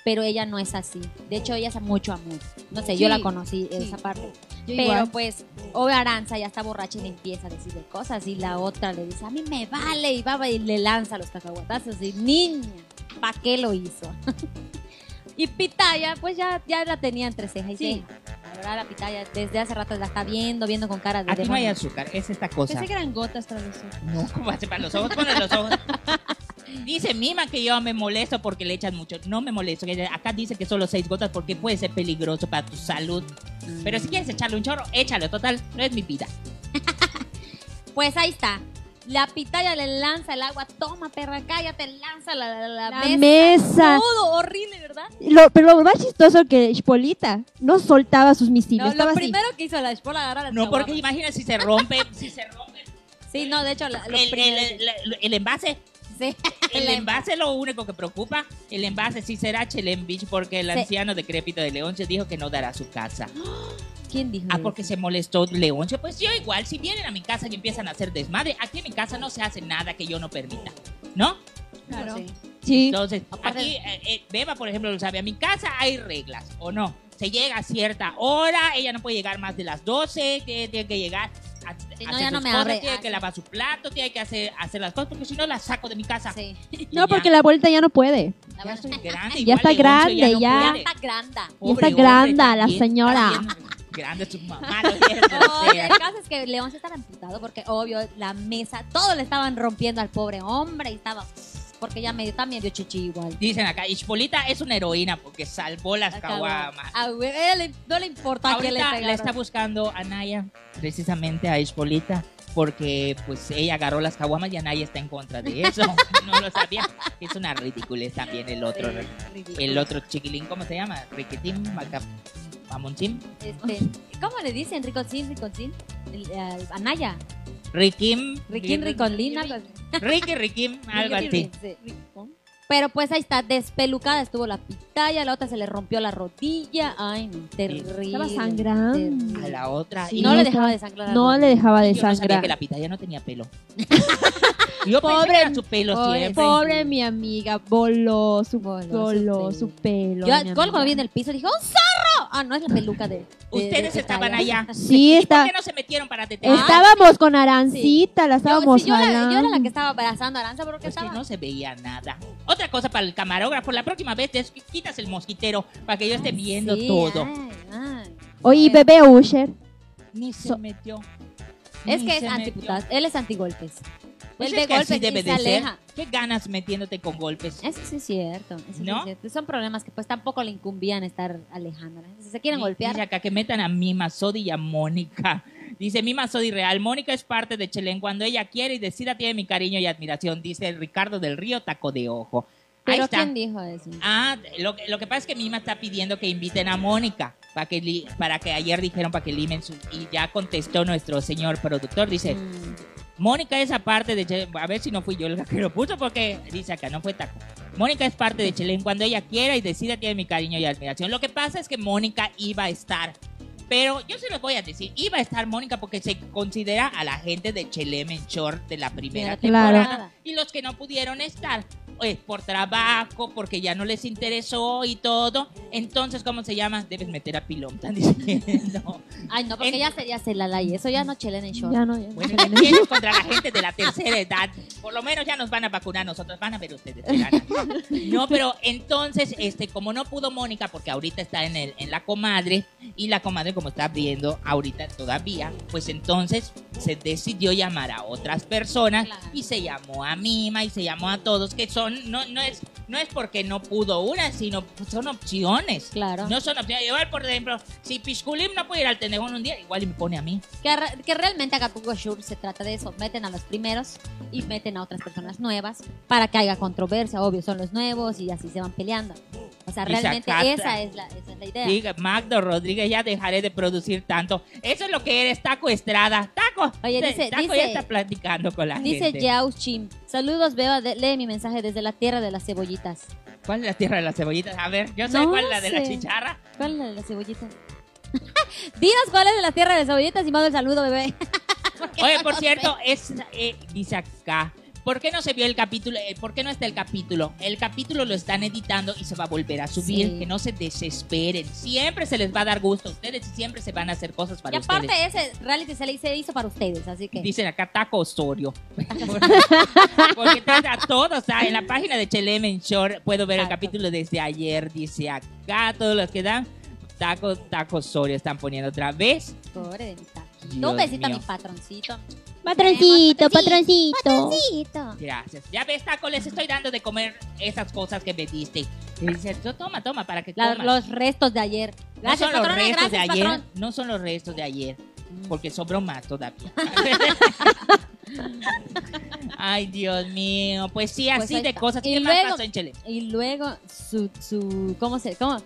Pero ella no es así. De hecho, ella es mucho amor. No sé, yo
Sí,
la conocí en
sí.
esa parte.
Yo
Pero
igual.
pues, obvio Aranza ya está borracha y le empieza a decirle cosas y la otra le dice, a mí me vale y va y le lanza los cacahuatazos y niña, ¿pa' qué lo hizo? y Pitaya, pues ya, ya la tenía entre ceja y
Sí.
ceja. La verdad, la Pitaya desde hace rato la está viendo, viendo con cara de...
Aquí no hay
demonio.
azúcar, es esta cosa.
Pensé que eran gotas para los ojos.
No, ¿cómo hace para los ojos? Ponle los ojos. Dice Mima que yo me molesto porque le echan mucho. No me molesto. que Acá dice que solo seis gotas porque puede ser peligroso para tu salud. Pero
Mm.
si quieres echarle un chorro, échalo. Total, no es mi vida.
Pues ahí está. La pitaya le lanza el agua, toma perra, cállate, lanza la, la, la, mesa.
La mesa.
Todo horrible, ¿verdad?
Lo- pero lo más chistoso que Polita no soltaba sus misiles.
No,
estaba
lo
así.
primero que hizo la espola agarrar el
No, porque
caguama.
imagina si se rompe, si se rompe
Sí, no, de hecho, la, lo
el,
primero que-
el- el- el envase.
Sí.
El
La-
envase es lo único que preocupa. El envase sí será Chelem Beach porque el
Sí.
anciano decrépito de Leonce dijo que no dará su casa.
¿Quién dijo?
Ah,
eso?
porque se molestó Leonce. Pues yo igual, si vienen a mi casa y empiezan a hacer desmadre, aquí en mi casa no se hace nada que yo no permita. ¿No?
Claro.
Sí.
Sí.
Entonces,
Aparte-
aquí eh, eh, Beba, por ejemplo, lo sabe, a mi casa hay reglas, ¿o no? Se llega a cierta hora, ella no puede llegar más de las 12, que tiene que llegar a,
Si
a
no,
hacer
ya no
sus
me
cosas,
abre.
tiene
Ah,
que
sí.
lavar su plato, tiene que hacer, hacer las cosas, porque si no la saco de mi casa.
Sí.
No, porque la bolita ya no puede.
Ya
La verdad,
estoy grande,
Ya
igual
está
Leoncio
grande, ya.
puede.
ya está grande.
Pobre
está
hombre,
grande la
también,
señora.
está bien Grande tu mamá, lo vieron, o
Oye,
sea.
el caso es que León se estaba amputado porque, obvio, la mesa, todo le estaban rompiendo al pobre hombre y estaba. Porque ya medio, también dio chichi igual.
Dicen acá, Ishpolita es una heroína porque salvó las caguamas.
Ah, güey, él le- no le importa que le
Ahorita la está
pegaron.
buscando Anaya, precisamente a Ishpolita, porque pues ella agarró las caguamas y Anaya está en contra de eso. no lo sabía. Es una ridiculez también el otro,
Ridículo.
el otro chiquilín, ¿cómo se llama? Riquitín, Maca- Mamontín.
Este, ¿Cómo le dicen? Riconcín, Riconcín. El- al- Anaya.
Riquín.
Riquín, Ricolín, algo así.
Ricky, Riquín, algo así.
Sí. Pero pues ahí está, despelucada estuvo la pitaya, la otra se le rompió la rodilla. Ay, no, terrible.
Estaba sangrando.
terrible.
A la otra.
Sí,
y-
No le
estaba-
dejaba de sangrar. la
No
rodilla.
le dejaba de
Yo no sabía
sangrar.
que la pitaya no tenía pelo. Yo pobre, pensé
Pobre-
que era su pelo
Pobre,
siempre.
pobre mi amiga, voló su
Voló su
voló
pelo.
su
Yo
pelo.
al
mi
col
amiga.
cuando vi en el piso dije, ¡un zorro! Ah, no es la peluca de. de-
Ustedes
de
estaban
Pitaya.
allá.
Sí,
¿Y por
está,
qué no se metieron para detener?
estábamos con Arancita, la estábamos
yo, Ah, sí, yo, era, yo era la
jalando.
que estaba abrazando a Aranza, pero que
Pues que
estaba.
no se veía nada. Otra cosa para el camarógrafo, la próxima vez es que quitas el mosquitero para que yo esté viendo
Sí,
todo.
ay, ay.
Oye, y bebé Usher.
Ni se
So-
metió.
Es
Ni
que
se
es
metió.
antiputas. Él es antigolpes.
Pues
él
es
de
que así
golpes
debe
y se
de ser.
aleja.
¿Qué ganas metiéndote con golpes?
Eso sí es cierto. Eso sí
¿No?
es cierto. Son problemas que pues tampoco le incumbían estar alejándola. Si se quieren
Di-
golpear,
Dice acá que metan a Mima Sodi y a Mónica. Dice Mima Sodi Real. Mónica es parte de Chelén cuando ella quiere y decida tiene mi cariño y admiración. Dice Ricardo del Río Taco de Ojo. Ahí
¿pero
está.
quién dijo eso?
Ah, lo, que- lo que pasa es que Mima está pidiendo que inviten a Mónica para que li- para que ayer dijeron para que limen su y ya contestó nuestro señor productor dice
Mm.
Mónica es aparte de Chelén. A ver si no fui yo el que lo puso porque dice acá, no fue taco. Mónica es parte de Chelén cuando ella quiera y decida tiene mi cariño y admiración. Lo que pasa es que Mónica iba a estar. Pero yo se los voy a decir, iba a estar Mónica porque se considera a la gente de Chelem en short de la primera
Claro.
temporada. Y los que no pudieron estar, pues por trabajo, porque ya no les interesó y todo. Entonces, ¿cómo se llama? Debes meter a Pilón, están diciendo.
Ay, no, porque
En-
ya sería Celala y eso ya no chelen en short.
Ya no, ya no.
Bueno, y eso contra la gente de la tercera edad. Por lo menos ya nos van a vacunar nosotros. Van a ver ustedes. verán. No, pero entonces, este, como no pudo Mónica, porque ahorita está en, el, en la comadre, y la comadre, como está viendo ahorita todavía, pues entonces se decidió llamar a otras personas
Claro.
y se llamó a Mima y se llamó a todos, que son, no, no es, no es porque no pudo una, sino son opciones.
Claro.
No son opciones. Igual, por ejemplo, si Pisculim no pudiera ir al teléfono un día, igual y me pone a mí.
Que, re- que realmente Acapulco Shore se trata de eso. Meten a los primeros y meten a otras personas nuevas para que haya controversia. Obvio, son los nuevos y así se van peleando. O sea,
Y
realmente
sacata.
esa es, la, esa es la idea.
Diga, Magdo Rodríguez, ya dejaré de producir tanto. Eso es lo que eres, Taco Estrada. Taco,
Oye,
te-
dice-
Taco ya
dice-
está platicando con la
Dice
gente.
Yao Chim. Saludos, Beba. de- lee mi mensaje desde la tierra de las cebollitas.
¿Cuál es la tierra de las cebollitas? A ver, yo soy
No
cuál la de la
sé.
chicharra.
¿Cuál es la de las cebollitas? Dinos cuál es de la tierra de las cebollitas y mando el saludo, bebé. Porque
Oye,
no
por
lo
cierto, es, eh, dice acá. ¿Por qué no se vio el capítulo? Eh, ¿Por qué no está el capítulo? El capítulo lo están editando y se va a volver a subir.
Sí.
Que no se desesperen. Siempre se les va a dar gusto a ustedes y siempre se van a hacer cosas
sé. Y
para
aparte,
ustedes.
ese reality se le se hizo para ustedes, así que.
Dicen acá Taco Osorio. Porque trae a todos. o sea, en la página de Chelem en Short puedo ver el
Exacto.
capítulo desde ayer. Dice acá todos los que dan. Taco, taco Osorio están poniendo otra vez.
Pobre de mi taquito.
Dios
Un besito
mío.
a mi patroncito.
Patroncito, patroncito.
Besito.
Gracias. Ya ves, Taco, les estoy dando de comer esas cosas que me diste. Y dice, "Tú toma, toma, para que
La-
comas.
los restos de ayer.
no
Gracias,
son los
patrona,
restos de
gracias,
ayer.
patrón. Mm.
No son los restos de ayer. Porque sobró más todavía. Ay, Dios mío. Pues sí,
Pues
así
ahí
de
está.
cosas.
Y
¿Qué más
luego-
pasó en Chelem?
Y luego su, su ¿cómo se, cómo,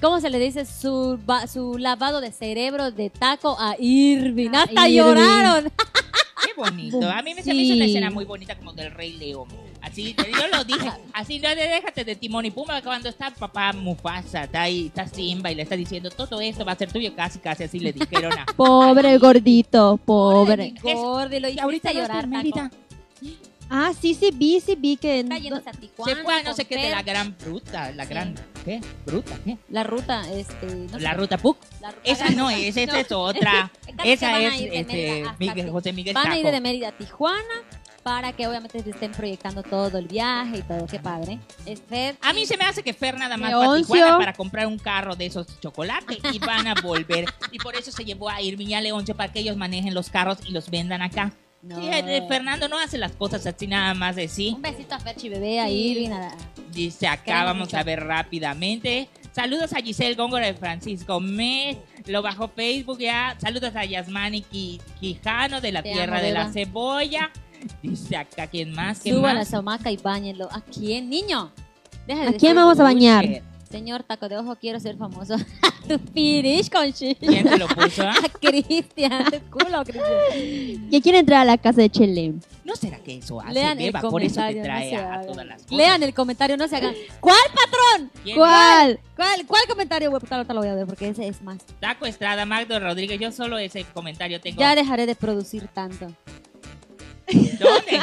cómo se le dice? Su, va- su lavado de cerebro de taco a Irving.
A
Hasta
Irving.
lloraron.
Qué bonito. A mí me se me
Sí.
hizo una escena muy bonita como del Rey León. Así, te- yo lo dije. Así, no de- déjate de Timón y Pumba cuando está papá Mufasa, está ahí, está Simba y le está diciendo todo esto va a ser tuyo. Casi, casi así le dijeron a...
Pobre el gordito, pobre.
Es-
Gordi, lo
Y
hiciste
ahorita no está
llorar,
en
taco.
Mérida.
Ah, sí, sí, vi, sí, vi que...
Está yendo hasta Tijuana.
Se fue a no sé
con
qué de la
Fer-
gran fruta, la
Sí.
gran... ¿Qué? ¿Bruta? ¿Qué?
La ruta, este, no
¿La
sé,
ruta Puc?
la ruta
Esa
grande.
no es, esa
No.
es otra.
En cambio, se
Esa
van a
es
ir de
este,
Mérida hasta
Miguel,
Ti-
José Miguel
Van a ir
Taco.
de Mérida a Tijuana para que obviamente se estén proyectando todo el viaje y todo. Qué padre. Es Fer.
A mí se me hace que Fer nada más va a
Leoncio.
Tijuana para comprar un carro de esos chocolates y van a volver. Y por eso se llevó a Irving y a Leoncio para que ellos manejen los carros y los vendan acá.
No.
Sí, eh, Fernando no hace las cosas así nada más de sí.
Un besito a Ferchi Bebé, a
Sí.
Irving, a la-
Dice acá,
Queremos
vamos
mucho.
a ver rápidamente. Saludos a Giselle Góngora de Francisco Mes. Lo bajó Facebook ya. Saludos a Yasmani Qui- Quijano de la
Te
Tierra
amo,
de la
beba.
Cebolla. Dice acá, ¿quién más? ¿Quién
Suba a la
más?
somaca y bañenlo. ¿A quién, niño? Deja de
¿A
decir-
quién vamos a bañar?
Usher.
Señor Taco de Ojo, quiero ser famoso. tu pirish con shi-
¿Quién te lo puso? ah?
A Cristian, tu culo, Cristian.
Ya quiere entrar a la casa de Chelem.
¿No será que eso hace,
Lean el
Beba?
comentario.
Por eso te
no
trae
se
a- a,
hagan.
todas las cosas.
Lean el comentario, no se hagan. ¿Cuál, patrón?
¿Quién?
¿Cuál?
¿Cuál, cuál comentario? Voy a ahorita lo voy a ver porque ese es más.
Taco Estrada, Magdo Rodríguez. Yo solo ese comentario tengo.
Ya dejaré de producir tanto.
¿Dónde?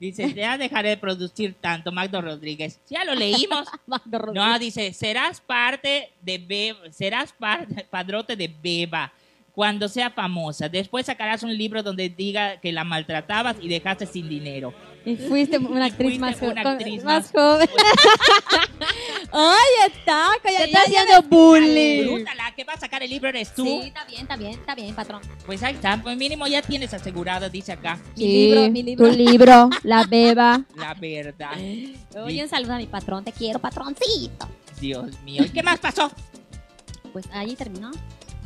Dice, ya dejaré de producir tanto, Magdo Rodríguez. Ya lo leímos.
Magdo Rodríguez.
No, dice, serás parte de Beba, serás par- padrote de Beba cuando sea famosa. Después sacarás un libro donde diga que la maltratabas y dejaste sin dinero.
Y fuiste una actriz,
fuiste
más, jo-
una
con-
actriz
más
más-
joven. Oye, Taco, ya,
Te
ya,
está
ya
haciendo
me-
bullying.
Bruta la la que va a sacar el libro eres tú.
Sí, está bien, está bien, está bien, patrón.
Pues ahí está, pues mínimo ya tienes asegurado, dice acá.
Mi libro, mi libro.
Tu libro, la beba.
La verdad.
Oye, un saludo a mi patrón, te quiero, patroncito.
Dios mío. ¿Y qué más pasó?
Pues ahí terminó.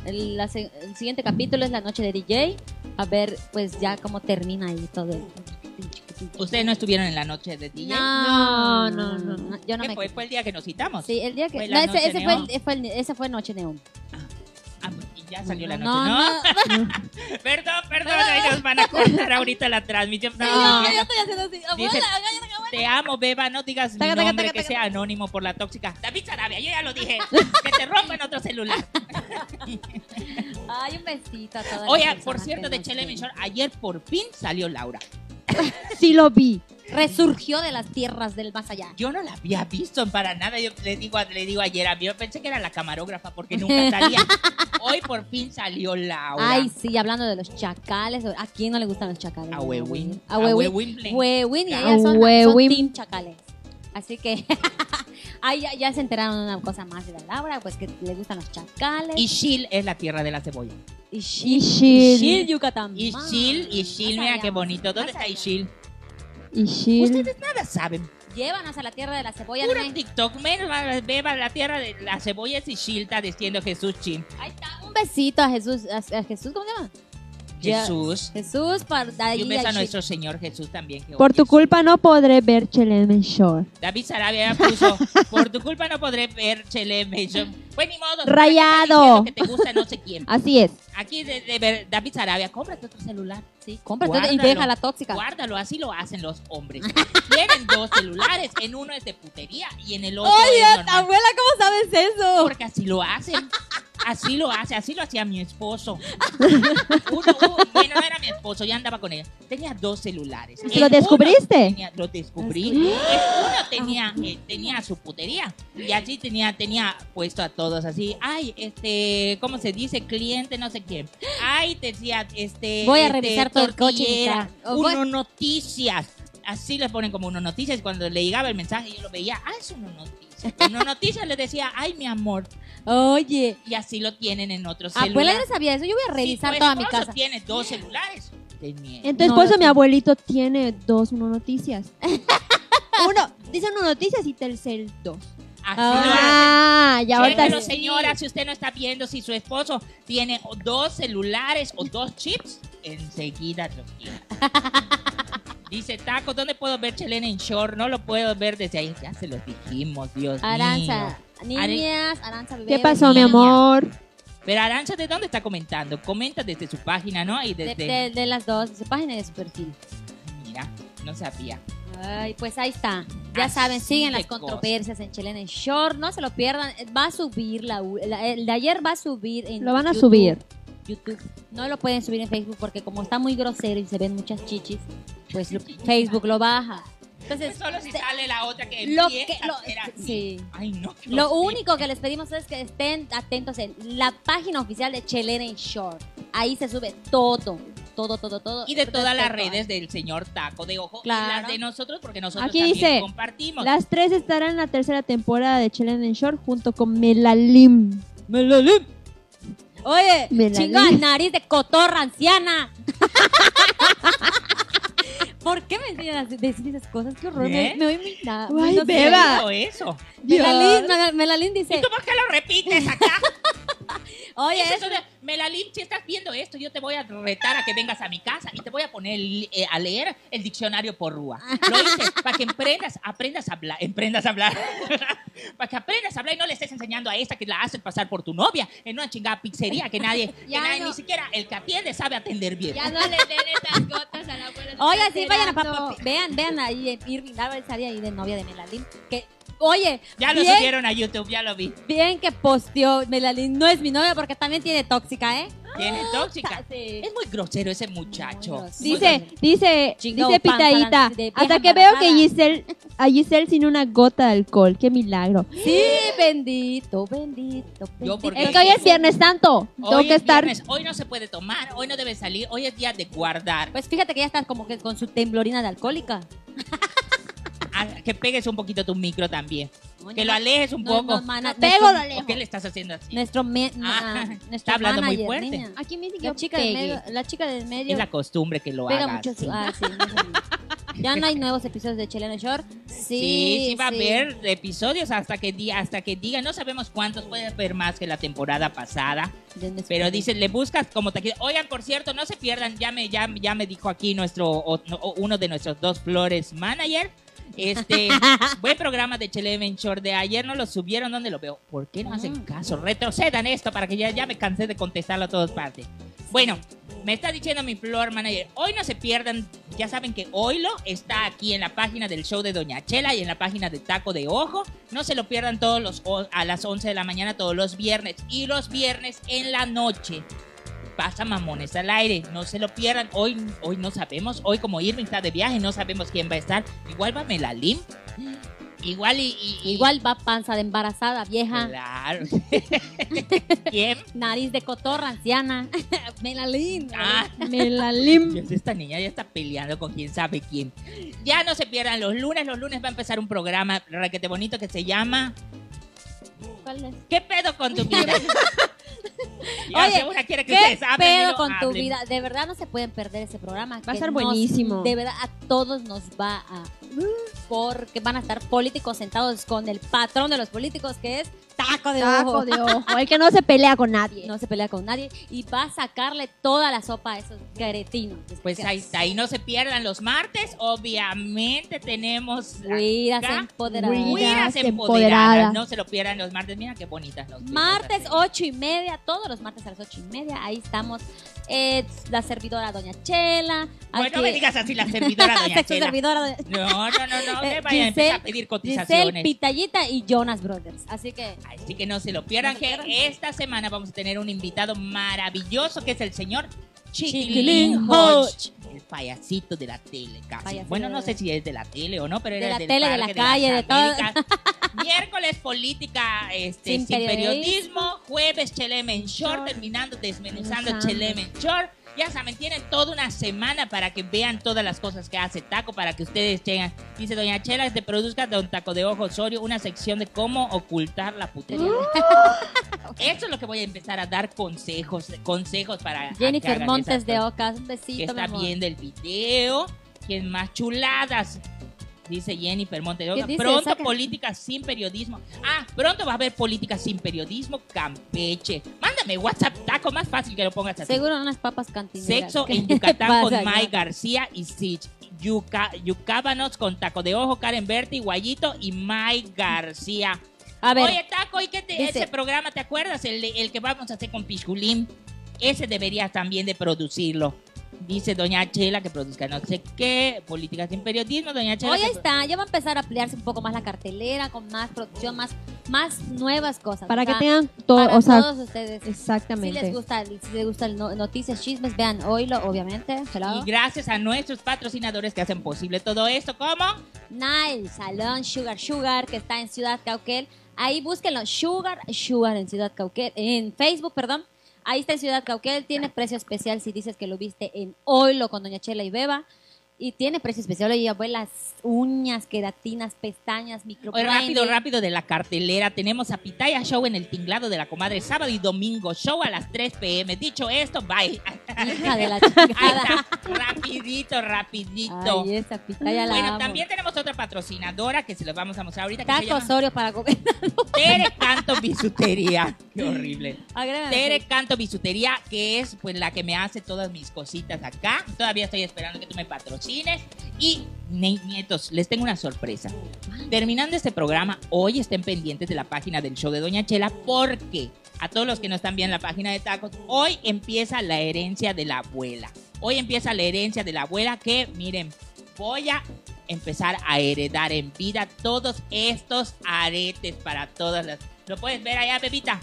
El, la se- el siguiente capítulo es la noche de DJ. A ver, pues ya cómo termina ahí todo. el-
Ustedes no estuvieron en la noche de DJ.
No, no,
No,
no,
no, no.
Yo no
¿Qué
me.
fue? Fue el día que nos citamos.
Sí, el día que.
Fue
no,
la
ese,
noche
ese fue,
neón.
el- fue el- ese fue Noche Neón.
Ah, y ya salió la
No,
noche. No, perdón, perdón. ahí nos van a cortar ahorita la transmisión. No,
yo estoy haciendo así.
Dice-
Abuela, agáñala, agáñala.
Te amo, beba. No digas mi
Taca, taca,
nombre
taca,
que
taca.
sea anónimo por la tóxica. David Sarabia, yo ya lo dije. que te rompan otro celular.
Ay, un besito a todas las
Oye,
personas
por
pues, que
cierto, de
nos
Chele
quieren.
Michor, ayer por fin salió Laura.
Sí lo vi.
Resurgió de las tierras del más allá.
Yo no la había visto para nada. Yo le digo, a- le digo ayer, a mí, yo pensé que era la camarógrafa porque nunca salía. Hoy por fin salió Laura.
Ay, sí, hablando de los chacales. ¿A quién no le gustan los chacales?
a Huehuín.
A Huehuín.
Huehuín.
Huehuín y
A
ellas son, son
Huehuín.
team chacales. Así que ahí ya, ya se enteraron una cosa más de la Laura, pues que le gustan los chacales.
Y Shil es la tierra de la cebolla.
y
Y
Shil.
Shil.
Yucatán.
Y Shil, y Shil,
Más
mira
allá,
qué bonito. ¿Dónde está
más allá.
Ishil?
Y Shil.
Ustedes nada saben.
Llévanos a la tierra de la cebolla.
Puro
nene.
TikTok. Beba, beba la tierra de la cebolla y Shil está diciendo Jesús Chim.
Ahí está. Un besito a Jesús. A, a Jesús, ¿cómo se llama? Ya.
Jesús.
Jesús, para ahí
Y un beso
al
a
Shil.
nuestro Señor Jesús también. que
Por
hoy
tu
es-
culpa no podré ver Chelemen Shore.
David Sarabia ya puso, por tu culpa no podré ver Chele Mation. Pues ni modo.
Rayado.
Que te gusta no sé quién.
Así es.
Aquí de, de ver, David Sarabia, cómprate otro celular.
Sí, cómprate y
Guárdalo.
deja la tóxica.
Guárdalo, así lo hacen los hombres. Tienen dos celulares, en uno es de putería y en el otro es normal.
¿cómo sabes eso?
Porque así lo hacen. Así lo hace, así lo hacía mi esposo. Uno, uno- bueno, no era mi esposo, ya andaba con él. Tenía dos celulares.
¿Lo
En uno
descubriste?
tenía- lo descubrí. En uno tenía, eh, tenía su putería. Y así tenía, tenía puesto a todos así. Ay, este, ¿cómo se dice? Cliente, no sé quién. Ay, te decía, este.
Voy a
este,
revisar todo el coche,
tortillera,
mija. O
Uno
voy-
noticias. Así le ponen como uno noticias. Cuando le llegaba el mensaje, yo lo veía. Ah, es uno noticias. Uno noticias le decía, ay, mi amor,
Oye,
y así lo tienen en otros
abuela
celulares.
no sabía eso. Yo voy a Ah, revisar
Si tu
toda mi
esposo
casa.
pues, tiene dos celulares. Tenía.
Entonces,
No,
por
no
eso mi
sé.
abuelito tiene dos uno noticias. uno, dice uno noticias y Telcel dos.
Así lo hacen.
Ah, ya ahorita
Chéquelo,
sí.
señora, si usted no está viendo si su esposo tiene o dos celulares o dos chips, enseguida los tiene. Dice Taco, ¿dónde puedo ver Chelena en Shore? No lo puedo ver desde ahí. Ya se los dijimos, Dios mío.
Aranza, niñas, Aranza bebé.
¿Qué pasó, mi
niña?
amor?
Pero Aranza, ¿de dónde está comentando? Comenta desde su página, ¿no? Y
De,
desde...
de- de las dos, de su página y de su perfil.
Mira, no sabía.
Ay, pues ahí está. Ya
Así
saben, siguen
de
las controversias en Chilena en Short. No se lo pierdan. Eh, Va a subir, la, u- la- el de ayer va a subir. En
Lo van a
YouTube.
subir.
YouTube. No lo pueden subir en Facebook porque como está muy grosero y se ven muchas chichis, pues lo- Facebook lo baja.
Pues
Entonces,
solo si
te-
sale la otra que
lo
empieza
que- lo-
a ser así.
sí.
Ay, no.
Lo
sé.
único que les pedimos es que estén atentos en la página oficial de Chelena en Short. Ahí se sube todo, todo, todo, todo.
Y de todas las
Respecto a-
redes del señor Taco de Ojo y
Claro.
las de nosotros, porque nosotros
Aquí
también
dice,
compartimos.
Las tres estarán en la tercera temporada de Chelemen Shore junto con Melalim.
Melalim.
Oye,
Me la
chinga
leí.
nariz de cotorra anciana. ¿Por qué me enseñan a decir esas cosas? Qué horror.
¿Eh?
Me, me oí muy nada.
Ay,
no sé.
beba.
Digo eso.
Melalín, Mela- Melalín
¿Y
dice,
cómo es que lo repites acá?
oye,
Dices
es-
eso de, Melalim, si estás viendo esto, yo te voy a retar a que vengas a mi casa y te voy a poner eh, a leer el diccionario por rúa. Lo hice para que emprendas, aprendas a hablar, emprendas a hablar. para que aprendas a hablar y no le estés enseñando a esta que la haces pasar por tu novia en una chingada pizzería que nadie, que
Ya
nadie
no.
ni siquiera el que atiende sabe atender bien.
Ya
no le den esas gotas a la abuela.
Oye,
Está
sí, vayan a
esperando.
papá. Vean, vean ahí, eh, Irving Álvarez salía ahí de novia de Melalín. Que, oye,
Ya lo
bien,
subieron a YouTube, ya lo vi.
bien que posteó Melalín. No es mi novia porque también tiene tóxica, ¿eh?
Tiene tóxica.
Sí.
Es muy grosero ese muchacho.
grosero.
Dice, dice,
Chingao,
dice
pan,
Pitadita,
pan, de vieja
hasta que veo que
embarazada.
Giselle, a Giselle sin una gota de alcohol, qué milagro.
Sí, bendito,
Yo
bendito. bendito.
porque-
Es que hoy es Viernes Santo, tengo
Hoy
que
es
estar
viernes, hoy no se puede tomar, hoy no debe salir, hoy es día de guardar.
Pues fíjate que ya estás como que con su temblorina de alcohólica.
Ah, que pegues un poquito tu micro también. Que lo alejes un poco.
mana-
Lo pego,
nuestro-
lo alejo.
¿Por qué le estás haciendo así?
Nuestro, me-
Ah,
na-
está
nuestro
hablando muy
manager,
fuerte.
niña.
Aquí me dice que
La
yo
chica, del
pegué.
medio, la chica del medio
Es la costumbre que lo
pega
hagas.
mucho.
sí.
su- ah, sí, no sé. ya no hay nuevos episodios de Chileno Shore. Sí,
Sí, sí va a haber episodios hasta que di- hasta que digan, no sabemos cuántos, puede haber más que la temporada pasada,
De nuestro-
pero dice, le buscas como te Oigan, por cierto, no se pierdan, ya me ya, ya me dijo aquí nuestro o- o- uno de nuestros dos flores manager. Este buen programa de Cheleven Short de ayer no lo subieron, ¿dónde lo veo? ¿Por qué no hacen
Mm.
caso? Retrocedan esto para que ya, ya me cansé de contestarlo a todas partes. Bueno, me está diciendo mi floor manager, hoy no se pierdan, ya saben que Oilo está aquí en la página del show de Doña Chela y en la página de Taco de Ojo. No se lo pierdan todos los o- a las 11 de la mañana todos los viernes y los viernes en la noche. Pasa mamones al aire, no se lo pierdan. Hoy, hoy no sabemos, hoy como Irving está de viaje, no sabemos quién va a estar. Igual va Melalim. Igual y, y- y-
Igual va panza de embarazada, vieja.
Claro. ¿Quién?
Nariz de cotorra, anciana. Melalín.
Ah.
Me la lim.
Ya sé, Esta niña ya está peleando con quién sabe quién. Ya no se pierdan los lunes. Los lunes va a empezar un programa requete bonito que se llama
¿Cuál es?
¿Qué pedo con tu vida? Ya
Oye,
segura quiere que
¿Qué
ustedes hablen y
pedo
no
con tu
hablen.
vida? De verdad no se pueden perder ese programa.
Va a
que
estar
nos-
buenísimo.
de verdad a todos nos va a... Porque van a estar políticos sentados con el patrón de los políticos que es Taco de
Taco
Ojo.
de ojo. El que no se pelea con nadie.
No se pelea con nadie y va a sacarle toda la sopa a esos cretinos.
Pues ahí está. Y no se pierdan los martes. Obviamente tenemos.
Cuidas
acá
empoderadas.
Cuida-
Cuidas
Empoderadas.
empoderadas. No se lo pierdan los martes. Mira qué bonitas nos vemos.
Martes ocho y media, todos los martes a las ocho y media, ahí estamos. eh, la servidora Doña Chela.
Bueno, no
aquí-
me digas así la servidora doña
Sexo
Chela.
servidora Doña
No, no, no, no.
Eh,
me vayan a
Giselle-
empezar a pedir
Giselle
cotizaciones.
Pitallita y Jonas Brothers. Así que
Así que no se lo pierdan,
No se
que
pierdan.
esta semana vamos a tener un invitado maravilloso que es el señor
Chiquilín
Chiquilín Hodge,
Hodge.
el payasito de la tele casi.
Payasito
bueno,
de
no
la-
sé si es de la tele o no, pero
De
era
la
del
tele, de la
Parque
calle, de
las
todo.
Américas. Miércoles política este, sin,
Sin
periodismo. jueves Chelemen Short,
Short.
terminando desmenuzando
Desmenuzando.
Chelemen Short. Ya saben, tienen toda una semana para que vean todas las cosas que hace Taco, para que ustedes tengan. Dice Doña Chela, te produzca Don Taco de Ojo Osorio una sección de cómo ocultar la putería.
Uh,
Eso es lo que voy a empezar a dar consejos, consejos para a que
Jennifer
hagan
Montes
esas
de
cosas.
Ocas, un
que
besito, mi
está
amor.
viendo el video. Quien más chuladas, dice Jennifer Montes de
¿Qué
Oca.
dice?
Pronto
Saca.
política sin periodismo. Ah, pronto va a haber política sin periodismo, Campeche. Mándame WhatsApp, taco, más fácil que lo pongas así.
Seguro unas papas cantineras.
Sexo
¿Qué
en Yucatán
pasa
con
ya?
Mai García y Sich. Yuca, Yucábanos con Taco de Ojo, Karen Berti, Guayito y Mai García.
A ver,
Oye, Taco, ¿y qué te-
dice-
ese programa, ¿te acuerdas? El, de- el que vamos a hacer con Pichulín. Ese deberías también de producirlo. Dice Doña Chela que produzca no sé qué, políticas sin periodismo, Doña Chela.
hoy
que-
está, ya va a empezar a ampliarse un poco más la cartelera, con más producción, más, más nuevas cosas.
Para
O
que
sea,
tengan todo.
para
O sea,
todos ustedes. Si
exactamente.
les gusta, si les gustan no- noticias, chismes, vean Oilo, obviamente. Hello.
Y gracias a nuestros patrocinadores que hacen posible todo esto, como
Nile, Salón Sugar Sugar, que está en Ciudad Cauquel. Ahí búsquenlo, Sugar Sugar en Ciudad Cauquel, en Facebook, perdón. Ahí está en Ciudad Cauquel, tiene precio especial si dices que lo viste en Oilo con Doña Chela y Beba. Y tiene precio especial, oye, abuelas, uñas, queratinas, pestañas, micro
Oye, rápido, rápido de la cartelera. Tenemos a Pitaya Show en el tinglado de la comadre, sábado y domingo, show a las 3 pm. Dicho esto, bye.
Hija de la
Ahí
chingada.
está, rapidito, rapidito.
Ay, esa pitaya la
bueno,
amo.
también tenemos otra patrocinadora que se los vamos a mostrar ahorita. Que se
Taco
llama-
Osorio para comer.
Tere Canto Bisutería. Qué horrible.
Agrégame.
Tere Canto Bisutería, que es pues la que me hace todas mis cositas acá. Todavía estoy esperando que tú me patrocines. Y ni- nietos, les tengo una sorpresa. Terminando este programa, hoy estén pendientes de la página del show de Doña Chela porque a todos los que no están viendo la página de tacos, hoy empieza la herencia de la abuela. Hoy empieza la herencia de la abuela que, miren, voy a empezar a heredar en vida todos estos aretes para todas las... ¿Lo puedes ver allá, Pepita?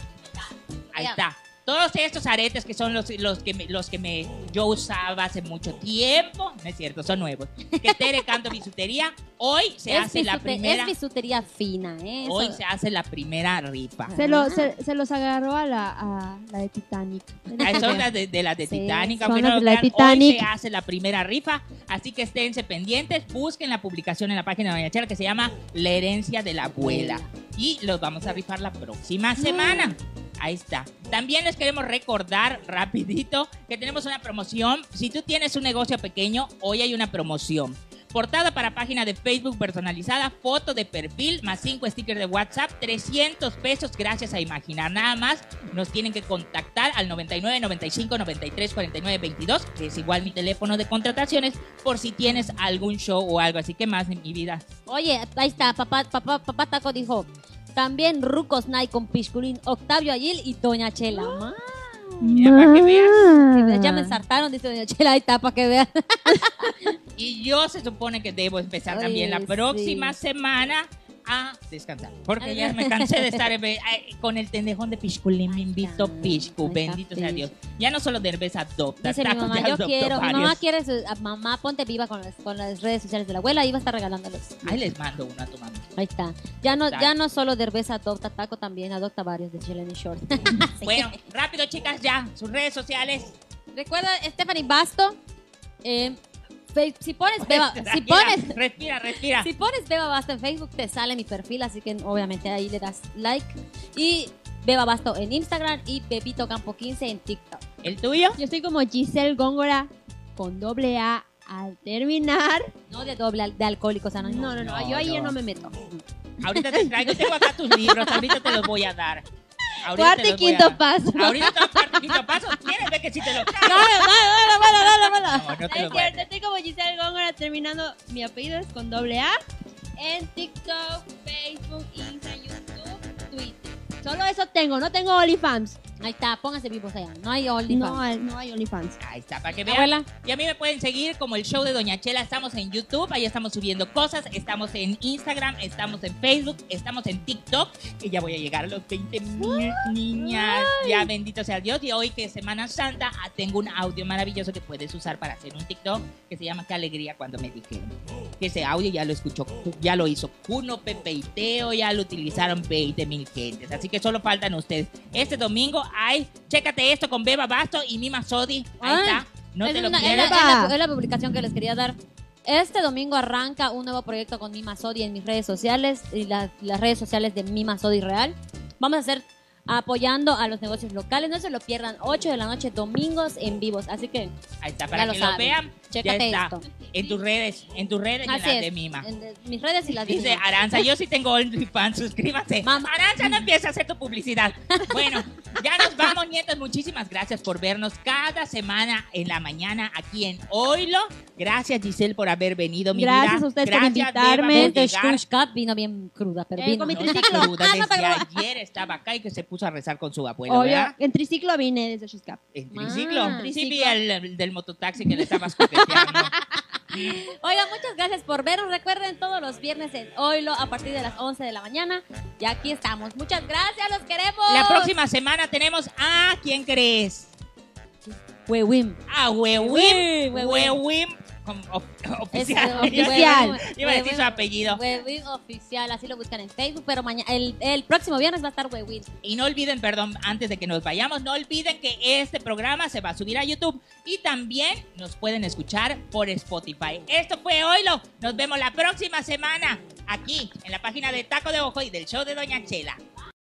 Ahí está. Todos estos aretes que son los, los que, me, los que me, yo usaba hace mucho tiempo, no es cierto, son nuevos, que Tere Canto Bisutería, hoy se
Es
hace la
bisute-
primera,
Es bisutería fina, ¿eh?
hoy
Eso-
se hace la primera rifa.
Se, lo- se- se los agarró a la, a la de Titanic.
Ah, Son las de, de las de
Sí,
Titanic.
son
aunque
las
no
de
lo
la
crean, hoy
Titanic.
se hace la primera rifa, así que esténse pendientes. Busquen la publicación en la página de Doña Chela que se llama La herencia de la abuela. y los vamos a rifar la próxima semana. Ahí está. También les queremos recordar rapidito que tenemos una promoción. Si tú tienes un negocio pequeño, hoy hay una promoción. Portada para página de Facebook personalizada, foto de perfil, más 5 stickers de WhatsApp, 300 pesos gracias a Imaginar. Nada más nos tienen que contactar al 99 95 93 49 22, que es igual mi teléfono de contrataciones, por si tienes algún show o algo. Así que más en mi vida.
Oye, ahí está, papá, papá, papá Taco dijo. También Rucos Night con Pisculín, Octavio Ayil y Doña Chela.
Ah.
Ma.
Mira, para que veas.
pues,
Ya me ensartaron, dice Doña Chela, ahí está, para que vean.
Y yo se supone que debo empezar
Ay,
también la próxima semana a descansar. Porque ya me cansé de estar eh, con el tendejón de Pishculín. Me
Ay,
invito
ya,
Pishcu.
ahí está
Bendito sea
Pishcu.
Dios. Ya no solo Derbez adopta.
Dice mi
Taco
mamá,
ya
yo
adoptó
quiero, mi mamá
varios.
quiere, su- a- mamá ponte viva con las, con las redes sociales de la abuela y va a estar regalándolos.
Ahí les mando uno a tu mamá.
Ahí está. Ya no,
Dale.
ya no solo Derbez adopta Taco, también adopta varios de Chelen Short.
Bueno, rápido, chicas, ya. Sus redes sociales.
Recuerda, Stephanie Basto, eh, fe- si pones Beba, si
Tranquila,
pones,
Respira, respira.
si pones Beba Basto en Facebook, te sale mi perfil, así que obviamente ahí le das like. Y Beba Basto en Instagram y Pepito Campo 15 en TikTok.
¿El tuyo?
Yo estoy como Giselle Góngora con doble A al terminar.
No de doble, al- de alcohólicos
No,
anónimos.
no, no,
No,
yo ahí
no.
ya no me meto.
Ahorita te traigo. Tengo acá tus libros. Ahorita te los voy a dar. Ahorita
Cuarto
te
y
los voy a
quinto
dar.
paso.
Ahorita te cuarto y quinto paso. ¿Quieres ver que sí te lo traigo? No, no te
Es
lo voy a
cierto, estoy como Giselle Góngora terminando. Mi apellido es con doble A. En TikTok, Facebook, Instagram, YouTube, Twitter. Solo eso tengo, no tengo OnlyFans.
Ahí está, pónganse vivos allá. No hay OnlyFans.
No, hay- no hay OnlyFans.
Ahí está, para que vean.
Abuela,
Y a mí me pueden seguir como el show de Doña Chela. Estamos en YouTube, ahí estamos subiendo cosas. Estamos en Instagram, estamos en Facebook, estamos en TikTok. Y ya voy a llegar a los 20 mil niñas. Ya bendito sea Dios. Y hoy que es Semana Santa, ah, tengo un audio maravilloso que puedes usar para hacer un TikTok que se llama Qué alegría cuando me dijeron. Que ese audio ya lo escuchó, ya lo hizo Cuno, Pepe y Teo, ya lo utilizaron 20 mil gentes. Así que solo faltan ustedes. Este domingo hay, chécate esto con Beba Basto y Mima Sodi. Ahí
Ay.
está. No
es,
te lo
una- es
pierdas.
la, es la- es la publicación que les quería dar. Este domingo arranca un nuevo proyecto con Mima Sodi en mis redes sociales y las- las redes sociales de Mima Sodi Real. Vamos a hacer apoyando a los negocios locales. No se lo pierdan, 8 de la noche, domingos en vivos. Así que
Ahí está, para
Ya lo
que lo
saben.
vean
chécate
está.
esto.
en tus redes, en tus redes y en
Así
las
es.
de Mima.
En de- mis redes y las de
Dice
Mima.
Aranza, yo sí tengo OnlyFans, suscríbase.
Mamá.
Aranza, no empieza a hacer tu publicidad. Bueno, ya nos vamos, nietos. Muchísimas gracias por vernos cada semana en la mañana aquí en Oilo. Gracias, Giselle, por haber venido. Mi
Gracias
vida.
a ustedes por
Gracias, Beba,
invitarme.
por
Desde
llegar.
Shush Cup vino bien cruda, pero
Eh,
vino.
con mi
No,
triciclo.
esa cruda
Ah, no,
desde
pero-
ayer estaba acá y que se puso a rezar con su abuelo,
Obvio,
¿verdad?
en triciclo vine desde Shuscap.
En triciclo.
Ah,
triciclo y
triciclo.
el, el del mototaxi que le estabas coqueteando.
Oiga, muchas gracias por vernos. Recuerden todos los viernes en Oilo a partir de las 11 de la mañana. Y aquí estamos. Muchas gracias, los queremos.
La próxima semana tenemos a ¿Quién crees?
Huehuim.
A
Huehuim,
Huewim.
Huehuim.
Huewim. com- of-
Es,
Oficial.
eh,
Iba-
Huehuim.
Iba a decir su
Huehuim.
apellido.
Huehuim oficial, así lo buscan en Facebook, pero mañana, el, el próximo viernes va a estar Huehuim.
Y no olviden, perdón, antes de que nos vayamos, no olviden que este programa se va a subir a YouTube y también nos pueden escuchar por Spotify. Esto fue Oilo. Nos vemos la próxima semana aquí en la página de Taco de Ojo y del show de Doña Chela.